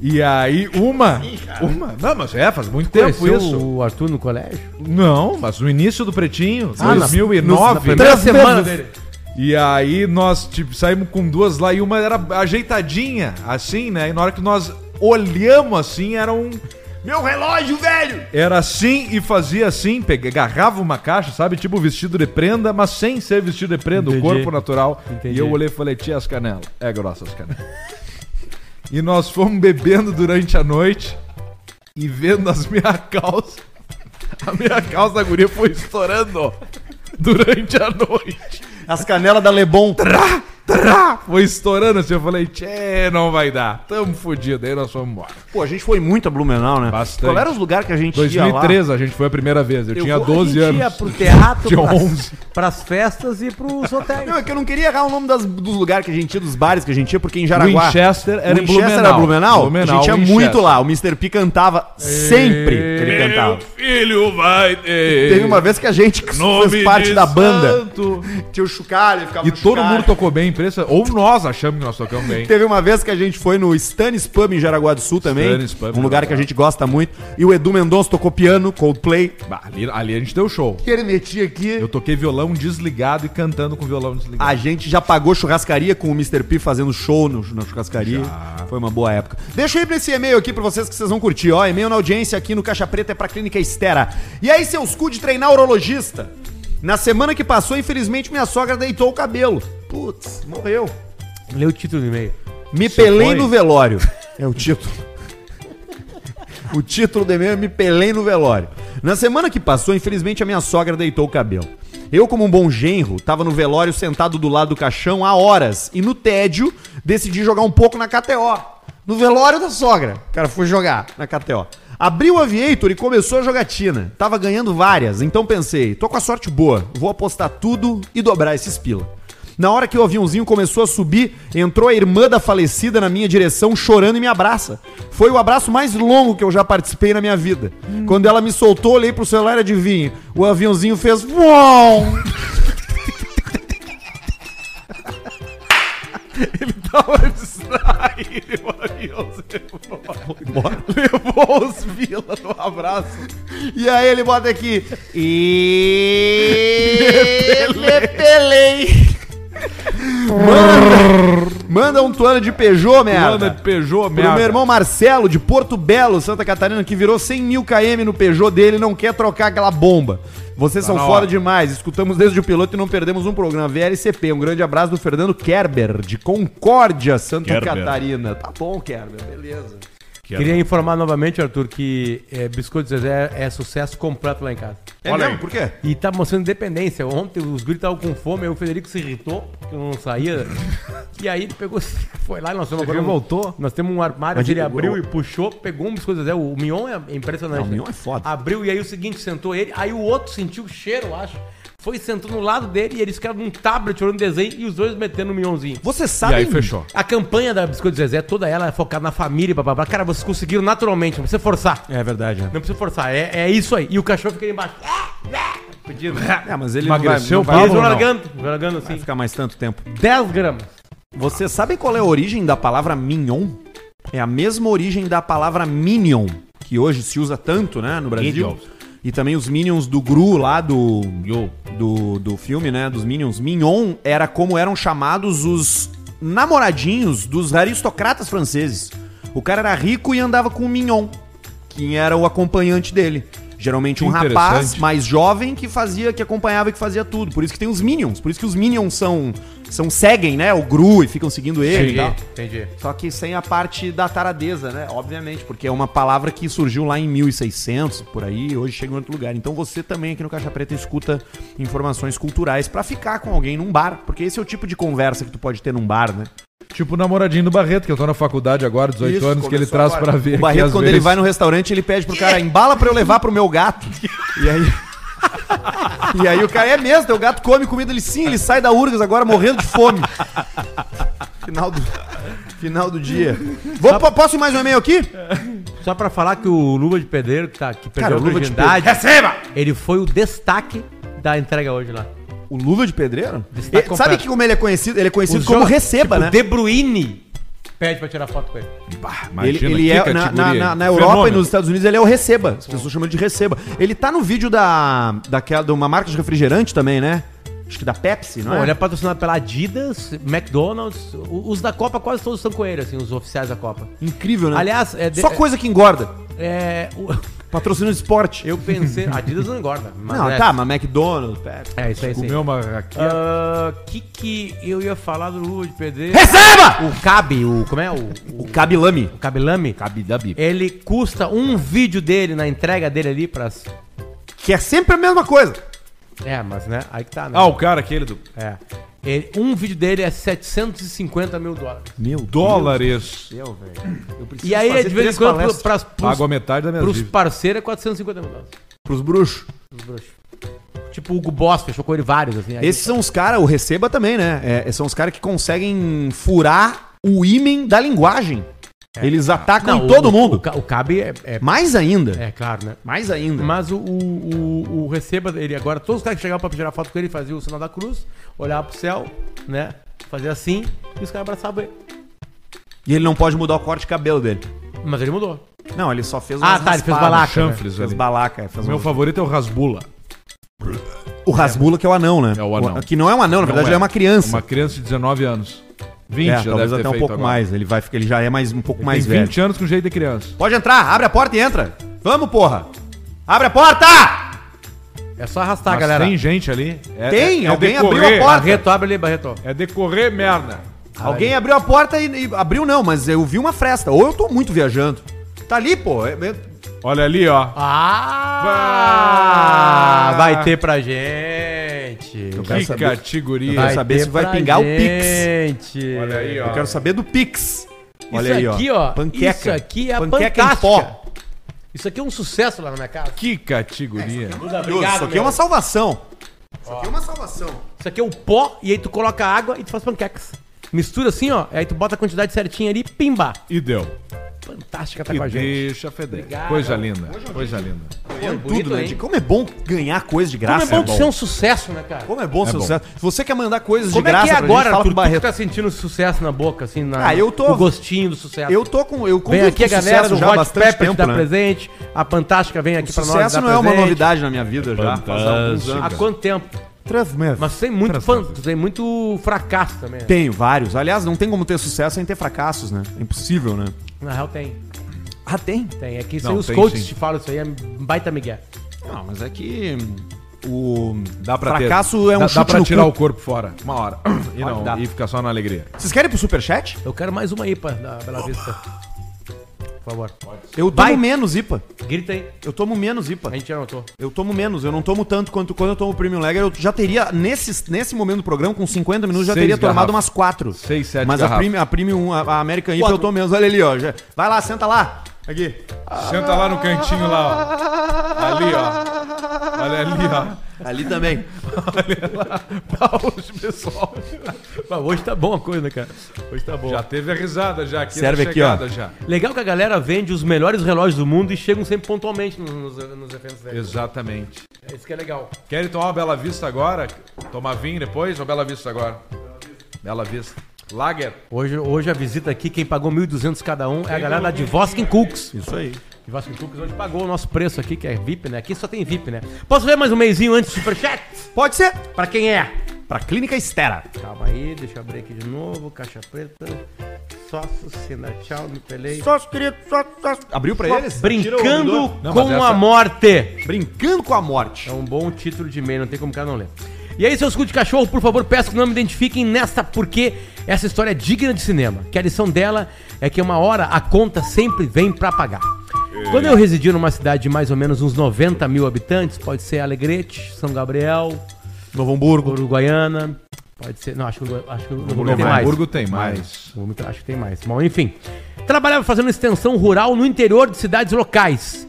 S3: E aí, uma. Uma. Não, mas é, faz muito tempo
S2: Conheceu
S3: isso.
S2: o Arthur no colégio?
S3: Não, mas no início do Pretinho,
S2: Ah, na-
S3: 2009.
S2: na primeira
S4: Três
S2: semana
S4: vezes.
S2: dele.
S3: E aí nós tipo, saímos com duas lá e uma era ajeitadinha, assim, né? E na hora que nós olhamos assim, era um. Meu relógio, velho! Era assim e fazia assim, pega, agarrava uma caixa, sabe? Tipo vestido de prenda, mas sem ser vestido de prenda, o
S2: Entendi.
S3: corpo natural.
S2: Entendi.
S3: E eu olhei e falei, tia, as canelas. É grossa as canelas. <laughs> e nós fomos bebendo durante a noite e vendo as minhas <laughs> calças. A minha calça da guria foi estourando durante a noite.
S1: as canelas da Lebon.
S3: Trá! Foi estourando assim, eu falei, tchê, não vai dar. Tamo fudido, aí nós fomos embora.
S1: Pô, a gente foi muito a Blumenau, né?
S3: Bastante.
S1: Qual era os lugares que a gente ia lá?
S3: 2013 a gente foi a primeira vez, eu, tinha
S2: vou-
S3: 12
S2: a gente ia
S3: anos.
S2: pro teatro,
S3: <laughs> Tinha
S2: pras-
S3: 11.
S2: pras festas e pros <laughs> hotéis.
S1: Não, é que eu não queria errar o nome das- dos lugares que a gente ia, dos bares que a gente ia, porque em Jaraguá.
S3: Winchester era em
S1: Winchester
S3: Blumenau.
S1: era Blumenau?
S3: Blumenau,
S1: a gente ia
S3: Winchester.
S1: muito lá. O Mr. P cantava sempre que ele cantava.
S3: filho vai ter.
S1: Teve uma vez que a gente que fez parte da banda. Tinha o Chucalho, ficava
S3: E
S1: no
S3: todo
S1: Chucalho.
S3: mundo tocou bem, impressa. Ou nós achamos que nós tocamos bem.
S1: Teve uma vez que a gente foi no Stannis Pub em Jaraguá do Sul também.
S3: Stannis Pub,
S1: um lugar
S3: Jaraguá.
S1: que a gente gosta muito. E o Edu Mendonça tocou piano, Coldplay.
S3: Bah, ali, ali a gente deu show.
S1: Que ele metia aqui.
S3: Eu toquei violão desligado e cantando com violão desligado.
S1: A gente já pagou churrascaria com o Mr. P fazendo show no, na churrascaria. Foi uma boa época. Deixa eu ir pra esse e-mail aqui pra vocês que vocês vão curtir. Ó, e-mail na audiência aqui no Caixa Preta é pra Clínica Estera. E aí, seus cu de treinar urologista? Na semana que passou, infelizmente, minha sogra deitou o cabelo. Putz, morreu.
S2: Lê o título do e-mail.
S1: Me pelei no velório. É o título. o título do e-mail é Me pelei no velório. Na semana que passou, infelizmente, a minha sogra deitou o cabelo. Eu, como um bom genro, tava no velório sentado do lado do caixão há horas e no tédio decidi jogar um pouco na KTO. No velório da sogra. O cara foi jogar na KTO. Abriu o Aviator e começou a jogatina. Tava ganhando várias, então pensei, tô com a sorte boa, vou apostar tudo e dobrar esses pila. Na hora que o aviãozinho começou a subir, entrou a irmã da falecida na minha direção chorando e me abraça. Foi o abraço mais longo que eu já participei na minha vida. Quando ela me soltou, olhei pro celular e adivinha. O aviãozinho fez. Uau!
S3: tava distraído, o Levou os vila no abraço.
S1: E aí ele bota aqui. E. Me pelei. Manda, manda um tuano de Peugeot, merda.
S3: Manda de Peugeot,
S1: Pro
S3: merda.
S1: meu irmão Marcelo, de Porto Belo, Santa Catarina, que virou 100 mil km no Peugeot dele e não quer trocar aquela bomba. Vocês são
S3: Tá na
S1: fora
S3: hora.
S1: demais. Escutamos desde o piloto e não perdemos um programa. VLCP. Um grande abraço do Fernando Kerber, de Concórdia, Santa
S3: Kerber.
S1: Catarina. Tá bom, Kerber. Beleza.
S2: Queria informar novamente, Arthur, que é, Biscoito Zezé é sucesso completo lá em casa.
S1: É
S3: Olha
S1: mesmo?
S3: aí.
S1: Por quê?
S2: E tá mostrando dependência. Ontem os guris estavam com fome, aí o Federico se irritou, que eu não <laughs> saía. e aí ele pegou, <laughs> foi lá e nós temos agora. um-
S3: revoltou?
S2: Nós temos um armário
S1: Mas
S2: que ele
S1: o-
S2: abriu
S1: o-
S2: e puxou, pegou um biscoito Zezé. O Mion é impressionante.
S1: Não, o
S2: né?
S1: Mion é foda.
S2: Abriu e aí o seguinte, sentou ele, aí o outro sentiu o cheiro, eu acho. Foi sentou no lado dele e eles ficaram num tablet olhando desenho e os dois metendo o Mionzinho.
S1: Você
S3: E
S1: sabe.
S3: aí fechou.
S2: A campanha da Biscoito Zezé, toda ela é focada na família, papapá. Cara, vocês conseguiram naturalmente, não precisa forçar.
S1: É verdade, né?
S2: Não precisa forçar, é, é isso aí. E o cachorro fica aí embaixo. Ah, né? Pedindo.
S1: É, mas ele
S3: Emagreceu
S1: não vai, não
S2: Eles
S3: o
S1: vai,
S2: vão
S3: Pablo não?
S2: largando, vão largando
S1: vai
S2: assim.
S1: ficar mais tanto tempo.
S2: 10 gramas.
S1: Vocês sabem qual é a origem da palavra mignon? É a mesma origem da palavra minion, que hoje se usa tanto, né, no Brasil.
S3: Minions.
S1: E também os minions do Gru lá do, do do filme, né, dos minions. Mignon era como eram chamados os namoradinhos dos aristocratas franceses. O cara era rico e andava com o mignon, que era o acompanhante dele. Geralmente um
S3: Que
S1: rapaz
S3: interessante.
S1: mais jovem que fazia, que acompanhava e que fazia tudo. Por isso que tem os Minions. Por isso que os Minions são, são seguem, né? O Gru e ficam seguindo ele e tal.
S2: entendi.
S1: Só que sem a parte da taradeza, né? Obviamente, porque é uma palavra que surgiu lá em 1600, por aí, e hoje chega em outro lugar. Então você também aqui no Caixa Preta escuta informações culturais pra ficar com alguém num bar, porque esse é o tipo de conversa que tu pode ter num bar, né?
S3: Tipo o namoradinho do Barreto, que eu tô na faculdade agora, 18
S1: Isso,
S3: anos, que ele
S1: começou
S3: traz
S1: agora.
S3: pra ver.
S1: O
S3: aqui
S1: Barreto,
S3: às
S1: quando ele
S3: vezes.
S1: vai no restaurante, ele pede pro cara, embala pra eu levar pro meu gato. E aí. <laughs> E aí o cara é mesmo, teu gato come comida, ele sim, ele sai da Urgas agora morrendo de fome. Final do, final do dia. Vou, po- posso ir mais um e-mail aqui?
S2: Só pra falar que o Luva de Pedreiro, que, tá, que perdeu
S4: Cara,
S2: a
S4: o Luva de
S2: virgindade,
S4: Receba!
S2: ele foi o destaque da entrega hoje lá.
S4: O Lula de Pedreiro?
S2: Está
S1: E- sabe
S2: completo.
S1: que como ele é conhecido? Ele é conhecido
S2: Os
S1: como
S2: joga-
S1: receba,
S2: tipo,
S1: né?
S2: De Bruyne pede pra tirar foto com ele.
S3: Bah,
S1: Ele,
S3: imagina,
S1: ele
S3: que
S1: é, na,
S3: categoria,
S1: na-
S3: hein?
S1: na- na Europa e
S3: Fenômeno.
S1: nos Estados Unidos ele é o receba. As pessoas chamam ele de receba. Ele tá no vídeo da, daquela, de uma marca de refrigerante também, né? Acho que da Pepsi, não
S2: Bom,
S1: é?
S2: ele é patrocinado pela Adidas, McDonald's, o- os da Copa quase todos estão com ele, assim, os oficiais da Copa.
S1: Incrível, né?
S2: Aliás, é de-
S1: Só coisa que engorda.
S2: É, o- <laughs>
S1: Patrocínio de esporte.
S2: eu pensei, Adidas não engorda. mas
S1: não,
S2: é,
S1: tá, mas McDonald's, Pepsi.
S2: É isso aí, sim.
S3: Comeu uma aqui.
S2: O que que eu ia falar do Lula de Pedreiro?
S1: Receba!
S2: O Cabe, o como é? O, o,
S1: O Kabilami.
S2: o Cabilame, ele custa um vídeo dele na entrega dele ali pras...
S1: Que é sempre a mesma coisa.
S2: É, mas né, aí que tá, né?
S3: Ah, o cara aquele do
S2: É. Ele- um vídeo dele é 750 mil dólares.
S1: Meu
S3: dólares.
S1: Deus, velho. Eu preciso
S2: E aí,
S1: fazer
S2: de vez
S1: três
S2: em quando,
S1: palestras
S2: pras, pros,
S3: Pago a metade da minha
S2: pros
S3: dívida.
S2: parceiros é 450 mil dólares.
S1: pros bruxos.
S2: Os bruxos. Tipo, o Hugo Boss fechou com ele vários, assim. aí-
S1: É Esses são os caras, o Receba também, né? É, são os caras que conseguem furar o ímen da linguagem. Eles atacam
S2: Não, o-
S1: todo
S2: O,
S1: mundo.
S2: Ca- o Cabe é, é,
S1: Mais ainda.
S2: é claro, né?
S1: Mais ainda.
S2: Mas o, o, o, o Receba, ele agora, todos os caras que chegavam pra tirar foto com ele, faziam o sinal da cruz, olhava pro céu, né? Fazia assim, e os caras abraçavam ele.
S1: E ele não pode mudar o corte de cabelo dele.
S2: Mas ele mudou.
S1: Não, ele só fez
S2: Ah,
S1: umas
S2: tá, ele fez
S1: raspadas.
S2: balaca.
S3: Chanfles
S1: Fez
S3: ali.
S1: balaca. Fez
S3: O meu
S1: um-
S3: favorito é o Rasbula.
S1: O Rasbula, que é o anão, né?
S3: É o anão.
S1: que não é um anão, na
S3: Não
S1: verdade,
S3: é.
S1: ele é uma criança.
S3: Uma criança de 19 anos. 20,
S1: É,
S3: já
S1: talvez
S3: deve ter
S1: até um
S3: feito
S1: pouco
S3: agora.
S1: mais. Ele, vai, ficar- ele já é mais, um pouco mais
S3: Tem
S1: velho.
S3: 20 anos com jeito de criança.
S1: Pode entrar, abre a porta e entra. Vamos, porra. Abre a porta!
S2: É só arrastar,
S3: Mas
S2: galera.
S3: tem gente ali. É,
S1: Tem, alguém abriu a porta.
S2: Barreto, abre ali, Barreto.
S3: É decorrer merda.
S1: Alguém abriu a porta e, e- Abriu não, mas eu vi uma fresta. Ou eu tô muito viajando. Tá ali, pô. É- é-
S3: Olha ali, ó.
S2: Ah!
S3: Bah!
S2: Vai ter pra gente.
S1: quero
S3: Que
S1: saber-
S3: categoria.
S1: quero saber se vai pingar o Pix.
S2: Pix.
S3: Olha aí, ó.
S1: Eu quero saber do Pix.
S2: Tá. Isso aqui, ó.
S1: Panqueca.
S2: Isso aqui é a
S1: Panqueca em
S2: fantástica.
S1: pó.
S2: Isso aqui é um sucesso lá na minha casa.
S3: Que categoria.
S2: Duda,
S1: isso aqui é
S2: meu.
S1: uma salvação. Isso aqui é uma salvação.
S2: Isso aqui é o pó e aí tu coloca água e tu faz panquecas. Mistura assim, ó. Aí tu bota a quantidade certinha ali, pimba.
S3: E deu.
S2: Fantástica tá
S3: E
S2: com a gente.
S3: deixa feder. Coisa linda. Coisa linda.
S1: Ganhando
S2: bonito,
S1: tudo, né?
S2: hein?
S1: De como é bom ganhar coisa de
S2: Como
S1: graça.
S2: é bom tu ser um sucesso, né, cara?
S1: Como é bom
S3: É
S1: seu
S3: bom.
S1: sucesso. Se você quer mandar coisas
S2: Como
S1: de
S2: é
S1: graça,
S2: que é
S1: pra gente,
S2: agora,
S1: fala
S2: Arthur?
S1: pro
S2: Tu que
S1: Barreto.
S2: tá sentindo sucesso na boca, assim, na,
S1: Ah, eu tô-
S2: o gostinho do sucesso.
S1: Eu tô com. Eu
S2: Vem
S1: convivo
S2: aqui a
S1: com
S2: galera
S1: sucesso
S2: do
S1: já há
S2: Hot
S1: bastante
S2: Peppers
S1: tempo,
S2: dá
S1: né?
S2: tá presente, a Fantástica vem aqui pra nós dar
S1: Sucesso não é uma
S2: presente.
S1: novidade né? na minha vida já. Faz alguns
S3: Fantástica.
S2: Há
S1: anos.
S2: quanto tempo?
S4: Três meses.
S2: Mas tem muito, fan, tem muito fracasso também. né?
S1: Tenho vários. Aliás, não tem como ter sucesso sem ter fracassos, né? É impossível, né?
S2: Na real tem.
S1: Ah, tem.
S2: Tem. É que isso
S3: Não,
S2: aí os
S3: tem
S2: coaches
S3: sim.
S2: te falam isso aí, é baita migué.
S1: Não, mas é que hum, o
S3: Dá pra ter.
S1: fracasso é um
S3: dá,
S1: chute
S3: dá pra
S1: no
S3: tirar
S1: cu.
S3: o corpo fora. Uma hora. <clears throat> E, não,
S1: dá.
S3: e fica só na alegria.
S1: Vocês querem ir pro superchat?
S2: Eu quero mais uma aí pra da Bela Vista. Por favor.
S1: Eu tomo
S2: Vai.
S1: menos IPA.
S2: Grita aí.
S1: Eu tomo menos IPA.
S2: A gente já <laughs> notou.
S1: Eu tomo menos, eu não tomo tanto quanto quando eu tomo Premium Lager. Eu já teria, nesse, nesse momento do programa, com 50 minutos, já
S3: Seis
S1: teria tomado
S3: garrafas.
S1: umas 4.
S3: Seis, sete
S1: Mas a
S3: garrafas.
S1: Premium, a, Premium, a, a American IPA eu tomo menos. Olha ali, ó. já- Vai lá, senta lá. Aqui.
S3: Senta lá no cantinho lá, ó. Ali, ó. Olha ali,
S1: Ali também.
S3: ó. Hoje, pessoal.
S2: Tá Mas hoje tá bom a coisa, né, cara? Hoje tá bom.
S3: Já teve a risada já aqui
S1: Serve
S3: na
S1: aqui, ó.
S3: chegada já.
S2: Legal que a galera vende os melhores relógios do mundo e chegam sempre pontualmente nos, nos, nos eventos deles.
S3: Exatamente.
S2: Isso que é legal.
S3: Querem tomar uma Bela Vista agora? Tomar vinho depois ou Bela Vista agora? Bela Vista. Lager.
S2: Hoje, hoje a visita aqui, quem pagou 1.200 cada um é a galera da Voskin Cooks.
S1: Isso aí.
S2: De Voskin Cooks hoje pagou o nosso preço aqui, que é VIP, né? Aqui só tem VIP, né? Posso ver mais um meizinho antes do Superchat?
S1: Pode ser.
S2: Pra quem é?
S1: Pra Clínica Estera.
S2: Calma aí, deixa eu abrir aqui de novo. Caixa preta. Sócio, cena, tchau, me pelei.
S1: Sócio, querido. Sócio, sócio. Abriu pra
S2: né?
S1: eles? Tira o
S2: Brincando
S1: ouvidor.
S3: Não,
S2: com
S3: mas essa-
S2: a morte.
S1: Brincando com a
S2: É
S1: morte.
S2: um bom título de e-mail, não tem como o cara não ler. E aí, seus cu de cachorro, por favor, peço que não me identifiquem nesta, porque essa história é digna de cinema. Que a lição dela é que uma hora a conta sempre vem pra pagar. Quando eu residia numa cidade de mais ou menos uns 90 mil habitantes, pode ser Alegrete, São Gabriel,
S1: Novo Hamburgo.
S2: Uruguaiana, pode ser. Não, acho que, Uruguai- acho que Uruguai tem mais.
S3: Hamburgo tem mais.
S2: Vou me- Acho que tem mais. Bom, enfim. Trabalhava fazendo extensão rural no interior de cidades locais.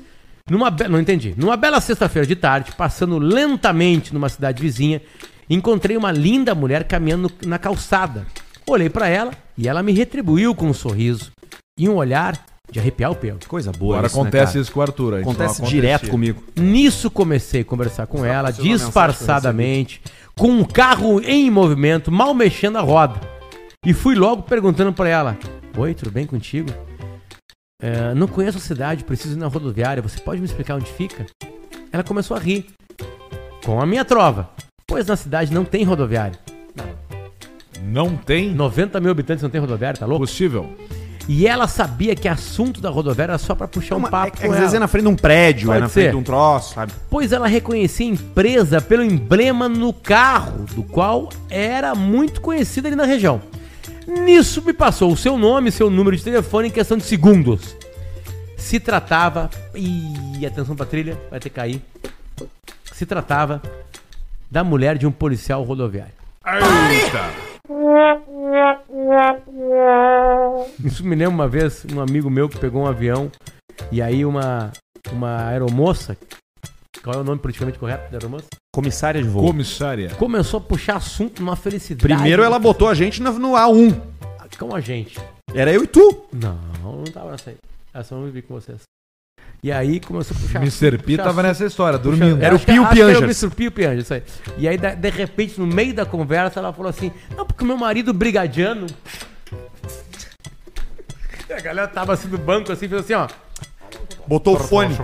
S2: Numa be- Não entendi. Numa bela sexta-feira de tarde, passando lentamente numa cidade vizinha, encontrei uma linda mulher caminhando na calçada. Olhei pra ela e ela me retribuiu com um sorriso e um olhar De arrepiar o pelo.
S1: Coisa boa
S3: Agora
S1: né,
S3: acontece
S1: cara?
S3: isso com o Arthur. aí.
S1: Acontece direto comigo.
S2: Nisso comecei a conversar com ela, disfarçadamente, com um carro em movimento, mal mexendo a roda. E fui logo perguntando pra ela: Oi, tudo bem contigo? É, não conheço a cidade, preciso ir na rodoviária, você pode me explicar onde fica? Ela começou a rir, com a minha trova, pois na cidade não tem rodoviária.
S3: Não tem
S2: 90 mil habitantes não tem rodoviária, tá louco?
S3: possível.
S2: E ela sabia que assunto da rodoviária era só pra puxar um
S1: Uma-
S2: papo
S1: é, é,
S2: com
S1: às vezes é
S2: ela.
S1: na frente de um prédio, é
S2: Pode
S1: na frente
S2: ser.
S1: de um troço, sabe?
S2: pois ela reconhecia a empresa pelo emblema no carro, do qual era muito conhecida ali na região. Nisso me passou o seu nome, seu número de telefone em questão de segundos. Se tratava. Ih, atenção pra trilha, vai ter que cair. Se tratava da mulher de um policial rodoviário. Isso me lembra uma vez um amigo meu que pegou um avião e aí uma, uma aeromoça. Qual é o nome politicamente correto da aeromoça?
S1: Comissária de voo.
S3: Comissária.
S2: Começou a puxar assunto numa felicidade.
S1: Primeiro ela botou a gente no, no A1.
S2: Com a gente.
S1: Era eu e tu.
S2: Não, não tava nessa aí. Eu só não vivi com vocês. E aí começou a puxar
S3: Mr. P tava nessa história, dormindo.
S1: Era o
S2: Acho que-
S1: Pio
S2: acho que era
S1: Piangers.
S2: o Mr. Pio Piangers, isso aí. E aí, da- de repente, no meio da conversa, ela falou assim: Não, porque o meu marido brigadiano. <laughs> E a galera tava assim do banco, assim, fez assim, ó.
S1: Botou o fone.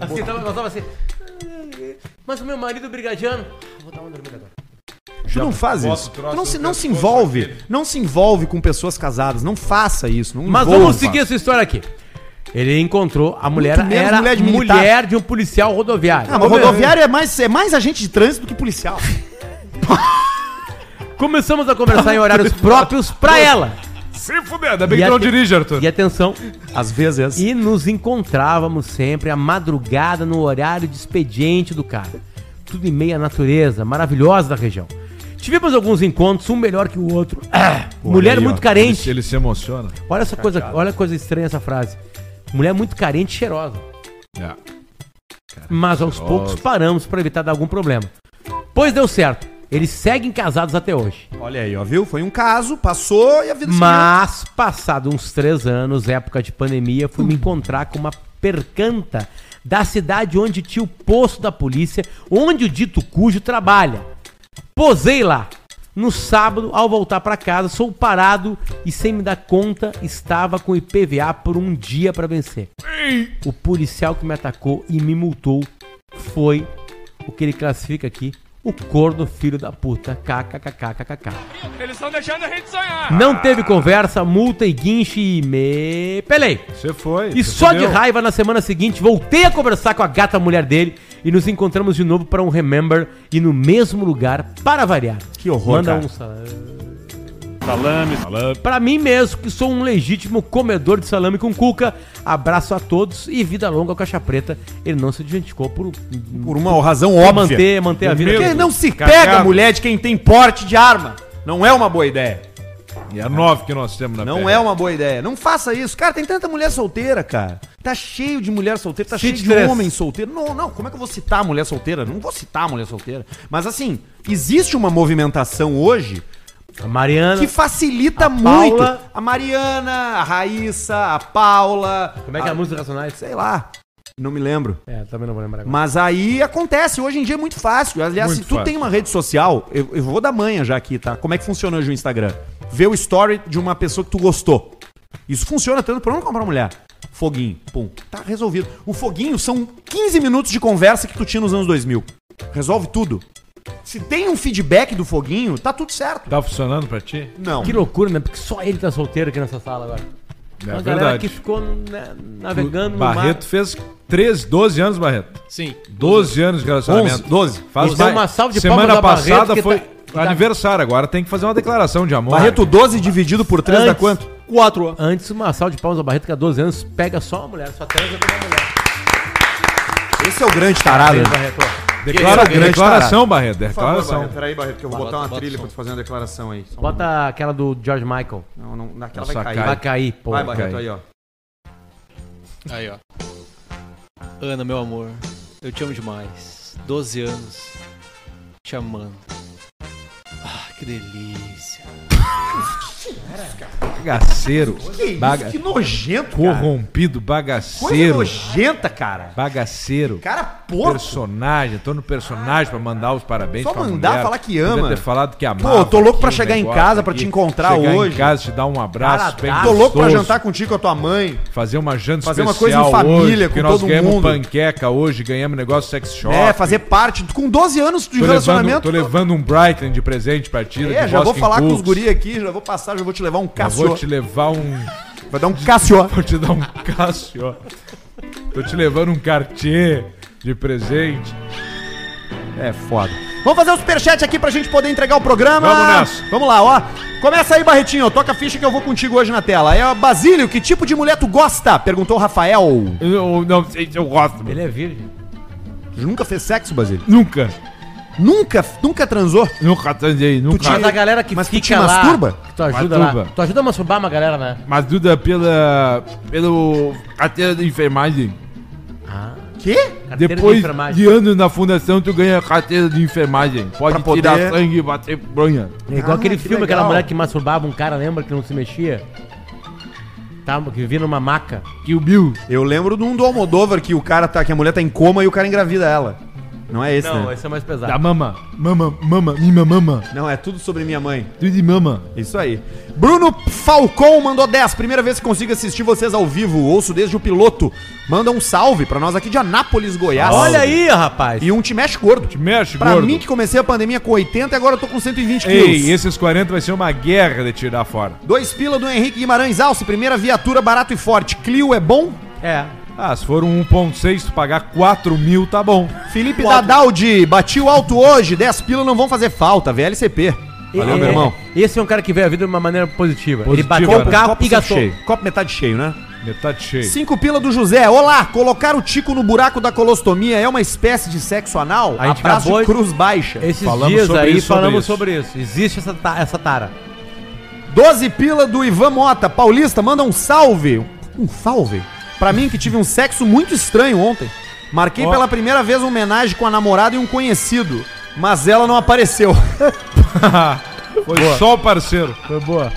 S2: Assim, tava, nós tava assim. Mas o meu marido brigadiano. Ah, Vou dar uma dormida agora.
S1: Tu não faz isso. Tu não se, não se envolve. Não se envolve com pessoas casadas. Não faça isso. Não
S2: Mas
S1: envolva.
S2: vamos seguir essa história aqui. Ele encontrou a mulher,
S1: Muito menos
S2: era
S1: mulher
S2: mulher
S1: de
S2: de,
S1: militar.
S2: um policial rodoviário.
S1: Ah, mas rodoviário é mais, é mais agente de trânsito do que policial.
S2: Começamos a conversar em
S3: <laughs>
S2: horários próprios pra ela.
S3: Se fuder, ainda bem
S2: E
S3: que tu não
S2: aqui-
S3: dirige, Arthur.
S2: E atenção,
S1: Às vezes.
S2: e nos encontrávamos sempre à madrugada no horário de expediente do cara. Tudo em meio à natureza maravilhosa da região. Tivemos alguns encontros, um melhor que o outro. Ah, <clears throat> mulher
S1: aí, ó.
S2: muito
S3: Ele,
S2: carente.
S3: ele se Tá emociona.
S2: Olha essa coisa, olha a coisa estranha essa frase. Mulher muito carente e cheirosa.
S3: É.
S2: Mas aos poucos paramos pra evitar dar algum problema. Pois deu certo. Eles seguem casados até hoje.
S1: Olha aí, ó, viu? Foi um caso, passou e a vida
S2: Mas, passado uns três anos, época de pandemia, fui me encontrar com uma percanta da cidade onde tinha o posto da polícia, onde o dito cujo trabalha. Posei lá. No sábado, ao voltar pra casa, sou parado e, sem me dar conta, estava com IPVA por um dia pra vencer. O policial que me atacou e me multou foi o que ele classifica aqui, o corno filho da puta. KKKKKK.
S8: Eles estão deixando a gente sonhar.
S2: Não teve conversa, multa e guinche e me pelei.
S3: Você foi.
S2: E
S3: você
S2: só de
S3: fudeu.
S2: raiva, na semana seguinte, voltei a conversar com a gata mulher dele e nos encontramos de novo para um Remember e no mesmo lugar, para variar.
S1: Que horror,
S2: Manda
S1: cara.
S2: um salame. Salame. Pra mim mesmo, que sou um legítimo comedor de salame com cuca, abraço a todos e vida longa ao Caixa Preta. Ele não se identificou por,
S1: Por uma razão
S2: por
S1: óbvia.
S2: manter, manter a vida.
S1: Porque
S2: dele.
S1: não se
S3: Cagado.
S1: pega a mulher de quem tem porte de arma. Não é uma boa ideia.
S3: E é nove que nós
S2: Tá
S3: temos na
S1: Não
S3: pele.
S1: é uma boa ideia. Não faça isso. Cara, tem tanta mulher solteira, cara. Tá cheio de mulher solteira, tá
S2: Cite
S1: cheio de
S2: três.
S1: homem solteiro. Não, não, como é que eu vou citar a mulher solteira? Não vou citar a mulher solteira. Mas assim, existe uma movimentação hoje
S2: A Mariana.
S1: que facilita
S2: Paula.
S1: muito. A Mariana, a Raíssa, a Paula.
S2: Como é que é a música Racionais?
S1: Sei lá. Não me lembro.
S2: É, também não vou lembrar agora.
S1: Mas aí acontece, hoje em dia é muito fácil. Aliás,
S3: Muito
S1: se tu
S3: fácil.
S1: tem uma rede social, eu, eu vou dar manha já aqui, tá? Como é que funciona hoje o Instagram? Vê o story de uma pessoa que tu gostou. Isso funciona tanto pra não comprar mulher. Foguinho, pum, tá resolvido. O foguinho são 15 minutos de conversa que tu tinha nos anos 2000. Resolve tudo. Se tem um feedback do foguinho, tá tudo certo.
S3: Tá funcionando pra ti?
S1: Não.
S2: Que loucura, né? Porque só ele tá solteiro aqui nessa sala agora.
S3: É
S2: a galera
S3: verdade.
S2: que ficou né, navegando
S3: O
S2: no mar.
S3: Barreto fez 13, 12 anos, Barreto.
S5: Sim.
S3: 12 anos de relacionamento.
S1: 11, 12.
S3: Faz
S2: Então,
S3: mais.
S2: uma salva de
S3: Semana
S2: palmas a Barreto,
S3: passada
S2: que tá-
S3: foi
S2: que tá-
S3: aniversário, agora tem que fazer uma declaração de amor.
S1: Barreto 12 dividido por 3 dá
S2: Antes.
S1: quanto?
S5: 4.
S2: Antes, uma sala de palmas ao Barreto que há 12 anos pega só uma mulher, só transa com uma mulher.
S1: Esse é o grande tarado.
S2: Parabéns,
S1: né?
S2: Barreto.
S3: Declara,
S1: Esse é o grande
S3: declaração, Barreto. Declaração.
S1: Peraí, Barreto, que eu vou botar uma
S5: bota
S1: trilha
S5: o som.
S1: pra tu fazer uma declaração aí. Só um
S2: Bota aquela do George Michael.
S1: Não, não, naquela
S3: Nossa,
S1: vai cair.
S3: cai.
S2: Vai cair, pô.
S1: vai, Barreto,
S3: cai.
S1: aí, ó.
S5: Aí, ó. Ana, meu amor, eu te amo demais. 12 anos te amando. Ah, que delícia.
S3: Bagaceiro.
S1: Que,
S3: Baga-
S1: isso, que nojento, cara.
S3: Corrompido,
S1: Coisa
S3: bagaceiro.
S1: nojenta, cara.
S3: Bagaceiro.
S1: Cara porco.
S3: Personagem, tô no personagem pra mandar os parabéns
S1: Só
S3: pra
S1: mandar
S3: mulher.
S1: falar que
S3: Podia
S1: ama.
S3: ter falado que amava.
S1: Pô, eu tô louco pra
S3: aqui,
S1: chegar
S3: um
S1: em
S3: negócio
S1: casa pra te encontrar
S3: chegar
S1: hoje.
S3: em casa, te dar um abraço.
S1: Cara,
S3: bem
S1: Tô louco pra
S3: gostoso.
S1: jantar contigo com a tua mãe.
S3: Fazer uma janta
S1: Fazer uma coisa em
S3: especial
S1: família, com
S3: hoje, porque nós
S1: todo
S3: ganhamos
S1: mundo.
S3: panqueca hoje, ganhamos negócio sex shop.
S1: É, fazer parte. Com 12 anos de
S3: tô levando,
S1: relacionamento.
S3: tô levando um Brighton de presente pra ti.
S1: É, já vou falar com os guri aqui, já vou passar, já vou te levar um
S3: Eu vou
S1: Cássio.
S3: te levar um... <laughs>
S1: Vai dar um Cássio.
S3: Vou te dar um Cássio. Tô te levando um Cartier de presente.
S1: É foda. Vamos fazer o superchat aqui pra gente poder entregar o programa.
S3: Vamos nessa.
S1: Vamos lá, ó. Começa aí, Barretinho. Toca a ficha que eu vou contigo hoje na tela. É, ó, Basílio, que tipo de mulher tu gosta? Perguntou o Rafael.
S3: Eu não sei se eu gosto.
S2: Ele é virgem.
S1: Tu nunca fez sexo, Basílio?
S3: Nunca,
S1: Nunca, nunca transou?
S3: nunca transei, nunca.
S2: Mas a galera que
S1: Mas tu
S2: fica
S1: te
S2: lá,
S1: masturba?
S2: que tu ajuda
S3: Masturba.
S2: lá. Tu ajuda a masturbar uma galera, né?
S3: Mas Duda, pela. pelo. carteira de enfermagem.
S1: Quê?
S2: Carteira
S3: Depois de,
S2: enfermagem.
S3: anos na fundação, tu ganha carteira de enfermagem. Pode
S1: Pra poder-
S3: tirar sangue e bater bronha.
S2: É igual
S1: Ah,
S2: aquele
S1: que
S2: filme, aquela
S1: legal.
S2: mulher que masturbava um cara, lembra que não se mexia? Tá, que vivia numa maca.
S3: Que o Bill.
S1: Eu lembro de um do Almodóvar que o cara tá, que a mulher tá em coma e o cara engravida ela. Não é esse, né?
S2: esse é mais pesado.
S3: Da mama. Mama, mama, minha mama.
S1: Não, é tudo sobre minha mãe.
S3: Tudo de mama.
S1: Isso aí. Bruno Falcon mandou 10. Primeira vez que consigo assistir vocês ao vivo. Ouço desde o piloto. Manda um salve pra nós aqui de Anápolis, Goiás.
S2: Olha aí, rapaz.
S1: E um te mexe gordo.
S3: Te mexe,
S1: pra
S3: gordo.
S1: mim que comecei a pandemia com 80 e agora eu tô com 120 quilos.
S3: Ei, esses 40 vai ser uma guerra de tirar fora.
S1: Dois pila do Henrique Guimarães Alce. Primeira viatura barato e forte. Clio é bom?
S2: É.
S3: Ah, se for um 1.6, tu pagar 4 mil, tá bom.
S1: Felipe Dadaldi. Bati o alto hoje. 10 pila não vão fazer falta. VLCP. Valeu,
S2: É,
S1: meu irmão.
S2: Esse é um cara que vê a vida de uma maneira positiva. Ele
S3: Positiva,
S2: bateu
S3: né?
S2: o carro e gastou.
S1: cheio. Copo metade cheio, né?
S3: Metade tá cheio.
S1: Cinco pila do José. Olá, colocar o tico no buraco da colostomia é uma espécie de sexo anal?
S2: A gente
S1: Abraço
S2: acabou É,
S1: de
S2: de-
S1: cruz baixa.
S2: Esses
S3: Falamos
S2: dias
S3: sobre
S2: aí
S3: isso, sobre
S2: falamos
S3: isso.
S2: sobre isso. Existe essa, ta- essa tara.
S1: Doze pila do Ivan Mota. Paulista, manda um salve. Um salve? Pra mim que tive um sexo muito estranho ontem. Marquei
S3: Ó.
S1: pela primeira vez uma homenagem com a namorada e um conhecido. Mas ela não apareceu. <laughs>
S3: Foi só o parceiro. Foi boa.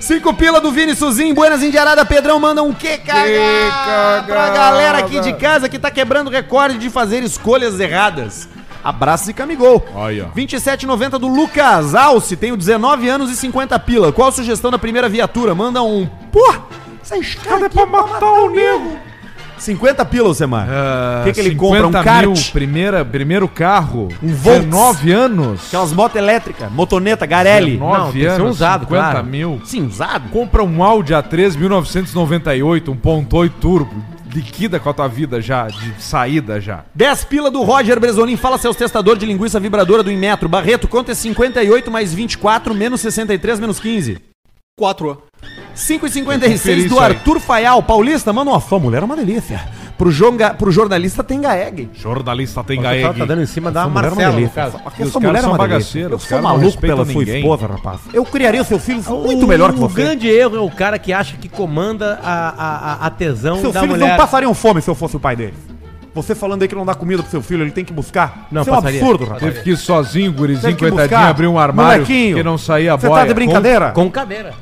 S1: Cinco pila do Vini Suzin, Buenas Indiarada, Pedrão manda um que cagada
S3: cagada.
S1: pra galera aqui de casa que tá quebrando recorde de fazer escolhas erradas. Abraço e camigol.
S3: Olha.
S1: 27,90 do Lucas Alce, tenho 19 anos e 50 pila. Qual a sugestão da primeira viatura? Manda um. Pô! Essa escada é pra matar o nego! 50 pila, Semar.
S3: É.
S1: O que, que ele compra? Um kart?
S3: mil, primeira, primeiro carro.
S1: Um Volks.
S3: 19 anos.
S1: Aquelas motos elétricas, motoneta, Garelli.
S3: 19
S2: Não, tem que ser
S3: anos,
S2: usado,
S3: 50
S2: claro.
S3: mil.
S1: Sim, usado.
S3: Compra um Audi A3 1998, 1.8 turbo. Liquida com a tua vida já, de saída já.
S1: 10 pila do Roger Bresolim. Fala seus testador de linguiça vibradora do Inmetro. Barreto, quanto é 58 mais 24 menos 63 menos 15?
S5: 4.
S1: 5,56
S3: isso
S1: do
S3: aí.
S1: Arthur Faial. Paulista, manda uma fã. Mulher é uma delícia. Pro, jonga, pro jornalista tem gaeg.
S3: Jornalista tem
S2: O pessoal
S3: gaeg.
S2: tá dando em cima da
S1: Essa mulher é uma
S2: Marcela, no
S1: delícia.
S2: caso.
S1: Essa-
S3: E os
S1: Essa
S3: caras
S1: mulher é
S3: são
S1: uma
S3: bagaceiros,
S1: delícia. Eu
S3: os
S1: sou
S3: caras não
S1: maluco
S3: respeitam
S1: pela sua
S3: ninguém. Ah, um
S1: esposa, rapaz. Eu criaria o seu filho muito
S2: O-
S1: melhor que
S2: O
S1: você.
S2: grande erro é o cara que acha que comanda a, a, a, a tesão
S1: Seus
S2: da
S1: filhos
S2: mulher.
S1: não passariam fome se eu fosse o pai deles. Você falando aí que não dá comida pro seu filho, ele tem que buscar.
S2: Não,
S1: Isso é um
S2: passaria.
S1: absurdo, rapaz.
S3: Teve que ir sozinho, gurizinho,
S1: Teve que
S3: coitadinho,
S1: buscar.
S3: abrir um armário
S1: Molequinho,
S3: que não saía a
S1: Você
S3: boia.
S1: tá de brincadeira?
S2: Com cadeira.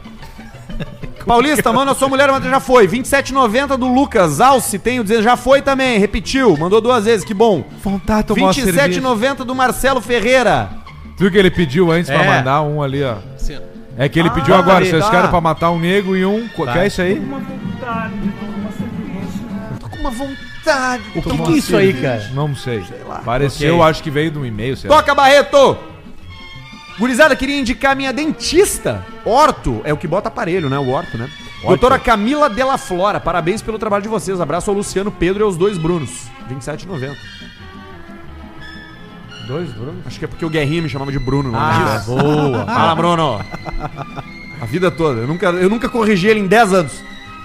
S1: Paulista, manda sua mulher, mas já foi. 27,90 do Lucas. Alce, tenho dizer, já foi também, repetiu. Mandou duas vezes, que bom.
S3: Vontade de tomar uma cerveja.
S1: 27,90 do Marcelo Ferreira.
S3: Tu viu que ele pediu antes pra
S2: É.
S3: mandar um ali, ó.
S5: Assim, ó.
S3: É que ele pediu
S1: Ah,
S3: agora,
S1: ali,
S3: vocês
S1: tá.
S3: querem pra matar um negro e um. Quer é isso aí?
S1: Tô com uma vontade.
S2: O que, que é isso aí, cara?
S3: Não sei. Pareceu,
S2: Ok.
S3: acho que veio de um e-mail, sei lá.
S1: Toca, Barreto! Gurizada, queria indicar minha dentista. Orto é o que bota aparelho, né? O Orto, né? Doutora Camila Della Flora, parabéns pelo trabalho de vocês. Abraço ao Luciano Pedro e aos dois Brunos. 27,90.
S2: Dois Bruno.
S1: Acho que é porque o Guerrinho me chamava de Bruno. não
S2: Ah,
S1: lembro. <laughs>
S2: boa.
S1: Fala, Bruno. A vida toda. Eu nunca, eu nunca corrigi ele em 10 anos.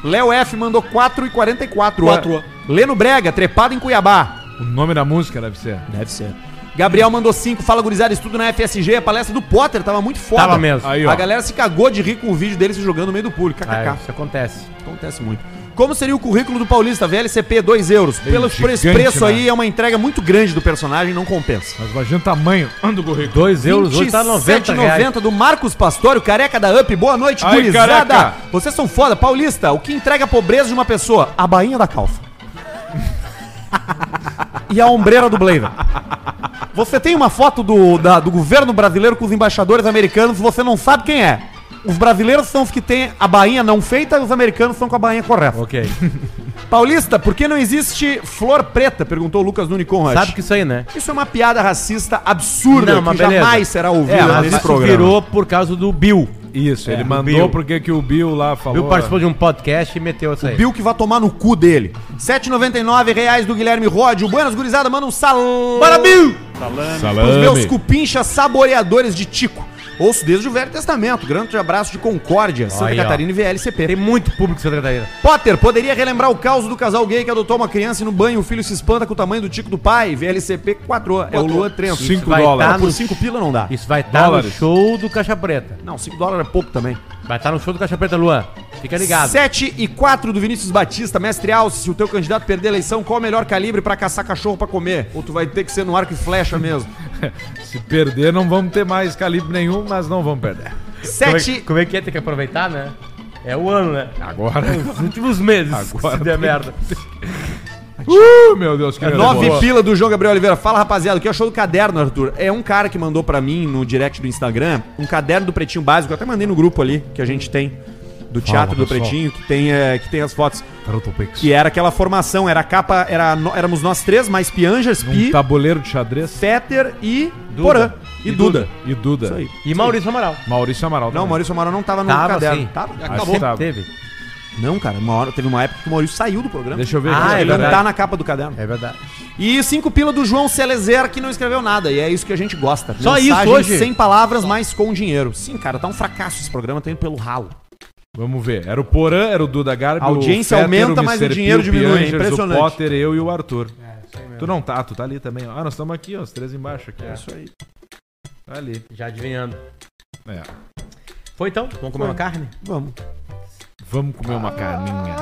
S1: Léo F mandou 4,44.
S5: Quatro.
S1: Leno Brega, trepado em Cuiabá.
S3: O nome da música deve ser.
S1: Deve ser. Gabriel mandou 5. Fala, gurizada, estudo na FSG. A palestra do Potter tava muito foda.
S2: Tava mesmo.
S3: Aí, ó.
S1: a galera se cagou de rir com o vídeo dele se jogando no meio do público.
S2: Ah,
S1: KKK.
S2: isso acontece.
S1: Acontece muito. Como seria o currículo do Paulista? VLCP, 2 euros. Pelo, por esse
S3: gigante,
S1: preço
S3: né?
S1: aí, é uma entrega muito grande do personagem, não compensa.
S3: Mas imagina o tamanho do currículo.
S2: 2 euros, hoje tá 90 reais.
S1: 27,90 do Marcos Pastore, o careca da UP. Boa noite,
S3: Ai,
S1: gurizada.
S3: careca.
S1: Vocês são foda. Paulista, o que entrega a pobreza de uma pessoa? A bainha da calça. e a ombreira do blazer. Você tem uma foto do, da- do governo brasileiro com os embaixadores americanos, você não sabe quem é. Os brasileiros são os que têm a bainha não feita e os americanos são com a bainha correta.
S2: Ok.
S1: Paulista, por que não existe flor preta? Perguntou o Lucas Nuni Conrad.
S2: Sabe que isso aí, né?
S1: Isso é uma piada racista absurda
S2: Não, mas
S1: que
S2: beleza.
S1: jamais será ouvida
S2: É, mas
S1: nesse
S2: isso
S1: programa.
S2: virou por causa do Bill.
S3: Isso, ele
S2: o
S3: mandou
S2: Bill.
S3: porque que o Bill lá
S2: O
S3: falou.
S2: Bill participou de um podcast e meteu isso aí.
S1: Bill que vai tomar no cu dele. R$ 7,99 reais do Guilherme Ródio. Buenas gurizada, manda um salão.
S2: Para, Bill!
S1: Os
S3: Salame.
S1: meus cupinchas saboreadores de Tico. Ouço desde o Velho Testamento. Grande abraço de Concórdia, Santa
S2: Aí, ó.
S1: Catarina e VLCP.
S2: Tem muito público em Santa Catarina.
S1: Potter, poderia relembrar o caos do casal gay que adotou uma criança e no banho o filho se espanta com o tamanho do tico do pai? VLCP 4 É o Luan Trento.
S3: Cinco
S1: Isso vai
S3: dólares.
S1: tá no- Por 5 pila não dá.
S2: Isso vai estar no
S3: Dólares.
S2: show do Caixa Preta.
S1: Não, 5 dólares é pouco também.
S2: Vai estar no show do Caixa Preta, Luan. Fica ligado.
S1: 7 e 4 do Vinícius Batista. Mestre Alce, se o teu candidato perder a eleição, qual o melhor calibre pra caçar cachorro pra comer? Ou tu vai ter que ser no arco e flecha
S2: <laughs>
S1: mesmo?
S3: Se perder, não vamos ter mais calibre nenhum, mas não vamos perder.
S1: 7
S2: Como é que é? Tem que aproveitar, né? É o ano, né?
S3: Agora.
S2: Os últimos meses,
S3: Agora
S2: se der merda.
S3: <laughs> Uh, meu Deus, que
S1: É
S3: nervoso.
S1: Nove pila do João Gabriel Oliveira. Fala, rapaziada, o que achou do caderno, Arthur? É um cara que mandou pra mim no direct do Instagram um caderno do Pretinho Básico. Eu até mandei no grupo ali que a gente tem do Teatro do
S3: pessoal.
S1: Pretinho, que tem, é, que tem as fotos.
S3: Trotopex.
S1: Que era aquela formação, era a capa, era, no- éramos nós três, mais Pianjas, é Pi,
S3: Um
S2: tá-
S3: tabuleiro de xadrez.
S1: Fetter e Porã. E, Duda.
S3: E Duda.
S1: Isso aí.
S2: E Maurício Amaral.
S3: Maurício Amaral.
S1: Não, o Maurício Amaral não tava no
S2: Tava,
S1: caderno.
S2: sim.
S1: Tava?
S3: Acho
S1: Acabou.
S3: que tá.
S2: Teve.
S1: Não, cara, uma hora, teve uma época que o Maurício saiu do programa.
S3: Deixa eu ver.
S2: Ah,
S3: aqui.
S2: é
S1: ele não
S2: verdade.
S1: tá na capa do caderno.
S2: É verdade.
S1: E cinco pila do João Celezer, que não escreveu nada. E é isso que a gente gosta.
S2: Só isso hoje?
S1: Sem palavras, mas com dinheiro. Sim, cara, tá um fracasso esse programa, tá indo pelo ralo.
S3: Vamos ver. Era o Porã, era o Duda Garbi.
S1: A audiência
S3: o
S1: aumenta, mas o
S3: Mr. Pio,
S1: dinheiro diminui,
S3: Piangers,
S1: impressionante.
S3: O Potter, eu e o Arthur. tu não tá, tu tá ali também. ó. Ah, nós estamos aqui, ó, os três embaixo aqui. É isso aí. Tá ali.
S2: Já adivinhando.
S3: É.
S2: Foi então? Vamos comer uma carne?
S1: Vamos.
S3: Vamos comer
S1: <laughs>
S3: uma carninha.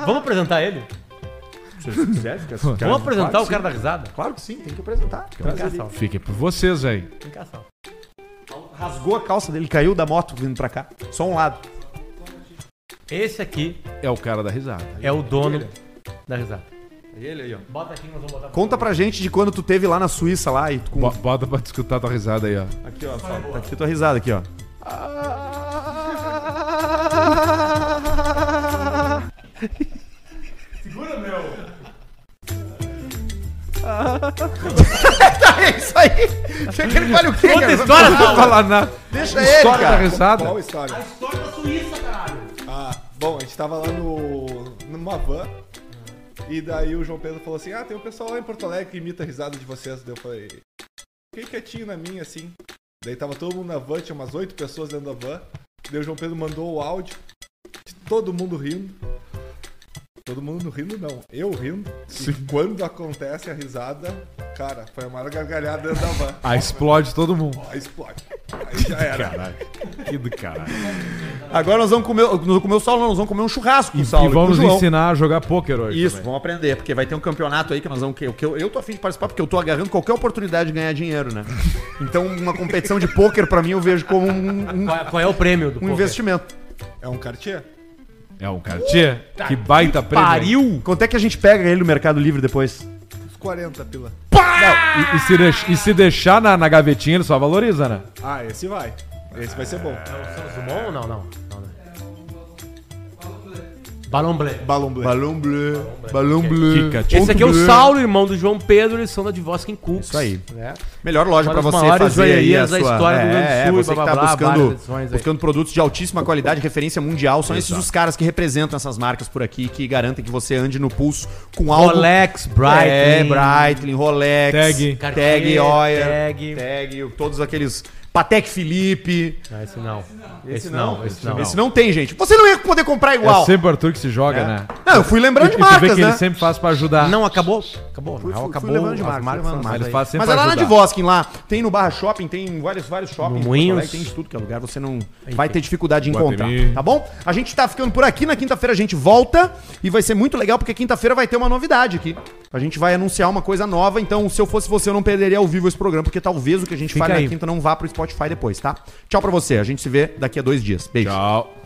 S2: Vamos apresentar ele?
S1: Se você quiser, fica assim.
S2: Vamos apresentar o cara da risada?
S1: Claro que sim, tem que apresentar.
S2: Vem cá, Sal.
S3: Fiquem por vocês aí.
S2: Vem cá, Sal.
S1: Rasgou a calça dele, caiu da moto vindo pra cá. Só um lado.
S2: Esse aqui
S3: É o cara da risada.
S2: é o dono da risada.
S1: Ele aí, ó.
S2: Bota aqui que nós vamos botar.
S1: Conta pra gente de quando tu teve lá na Suíça lá e tu com.
S3: Bo- Bota pra te escutar tua risada aí, ó.
S1: Aqui, ó. Só, tá aqui tua risada aqui, ó. Segura, meu. <laughs> é isso aí. Quer que ele fale o quê?
S2: Conta a
S1: cara?
S2: história,
S3: Não
S2: Sal.
S3: fala nada.
S1: Deixa ele,
S3: História da
S1: cara.
S3: risada.
S9: Qual é? história? A história da Suíça, caralho. Ah, bom, a gente tava lá no, numa van. E daí o João Pedro falou assim: Ah, tem um pessoal lá em Porto Alegre que imita a risada de vocês. Daí eu falei: Fiquei quietinho na minha assim. Daí tava todo mundo na van, tinha umas oito pessoas dentro da van. Daí o João Pedro mandou o áudio de todo mundo rindo. Todo mundo rindo, não. Eu rindo. E quando acontece a risada, cara, foi a maior gargalhada dentro da van.
S3: Ah, explode todo mundo.
S9: Aí explode. Aí já era.
S3: Caralho. Que do caralho.
S1: Agora nós vamos comer, nós vamos comer o Saulo, não, nós vamos comer um churrasco com o
S3: E,
S1: Saulo.
S3: e vamos
S1: com o João.
S3: ensinar a jogar pôquer hoje.
S1: Isso,
S3: também.
S1: vamos aprender, porque vai ter um campeonato aí que nós vamos. Que, que eu, eu tô afim de participar, porque eu tô agarrando qualquer oportunidade de ganhar dinheiro, né? Então, uma competição de pôquer, pra mim, eu vejo como um, um-
S2: Qual é, qual é o prêmio do
S1: um
S2: poker?
S1: investimento.
S9: É um Cartier?
S3: É um Cartier. que baita prêmio.
S2: Pariu!
S1: Quanto é que a gente pega ele no Mercado Livre depois?
S9: Uns 40 pila.
S3: E, e se, deix- e se deixar na, na gavetinha, ele só valoriza, né?
S9: Ah, esse vai. Esse vai ser bom.
S2: Santos Dumont É. ou não? Não, não. né? não. Balão Blé.
S9: Balão Bleu. Balão Bleu. Balão
S3: Kika, tio.
S2: Esse aqui é o Saulo, irmão do João Pedro, eles são da Divosca em É. Cooks.
S1: Isso aí. Melhor loja
S2: Uma
S1: para
S2: das
S1: você
S2: maiores
S1: fazer aí a
S2: joalherias da
S1: sua...
S2: história do Rio Grande do
S1: é, é,
S2: Sul,
S1: você que
S2: blá,
S1: tá
S2: blá, blá, várias edições
S1: buscando,
S2: aí.
S1: buscando produtos de altíssima qualidade, referência mundial. São esses os caras que representam essas marcas por aqui, que garantem que você ande no pulso com algo...
S2: Rolex, Bright.
S1: É, Breitling, Rolex,
S3: Tag.
S1: Tag,
S2: Cartier,
S1: Oyer,
S2: Tag.
S1: Tag, todos aqueles Patek Felipe.
S2: Ah, esse não. Esse não, esse não.
S1: Esse não tem, gente. Você não ia poder comprar igual.
S3: É sempre o Arthur que se joga, né?
S1: Não, eu fui
S3: E,
S1: lembrando
S3: e
S1: de
S3: tu vê
S1: marcas,
S3: que
S1: né?
S3: ele sempre faz pra ajudar.
S2: Não, acabou. Acabou. não,
S4: fui
S2: acabou.
S4: levando de
S2: as
S4: marca, fui levando
S2: marcas são
S4: marca.
S2: mais
S3: Ele faz sempre
S1: Mas é
S3: pra
S1: lá na
S3: ajudar.
S1: Divoskin, lá. Tem no Barra Shopping, tem vários, vários shoppings. em Porto
S2: Moinhos.
S1: Alegre, Tem de tudo que é lugar. Você não vai ter dificuldade de encontrar,
S3: Guatemi.
S1: tá bom? A gente tá ficando por aqui. Na quinta-feira a gente volta e vai ser muito legal, porque quinta-feira vai ter uma novidade aqui. A gente vai anunciar uma coisa nova. Então, se eu fosse você, eu não perderia ao vivo esse programa, porque talvez o que a gente
S2: Fica
S1: fale
S2: aí.
S1: na quinta não vá pro Spotify depois, tá? Tchau pra você. A gente se vê daqui a dois dias. Beijo.
S3: Tchau.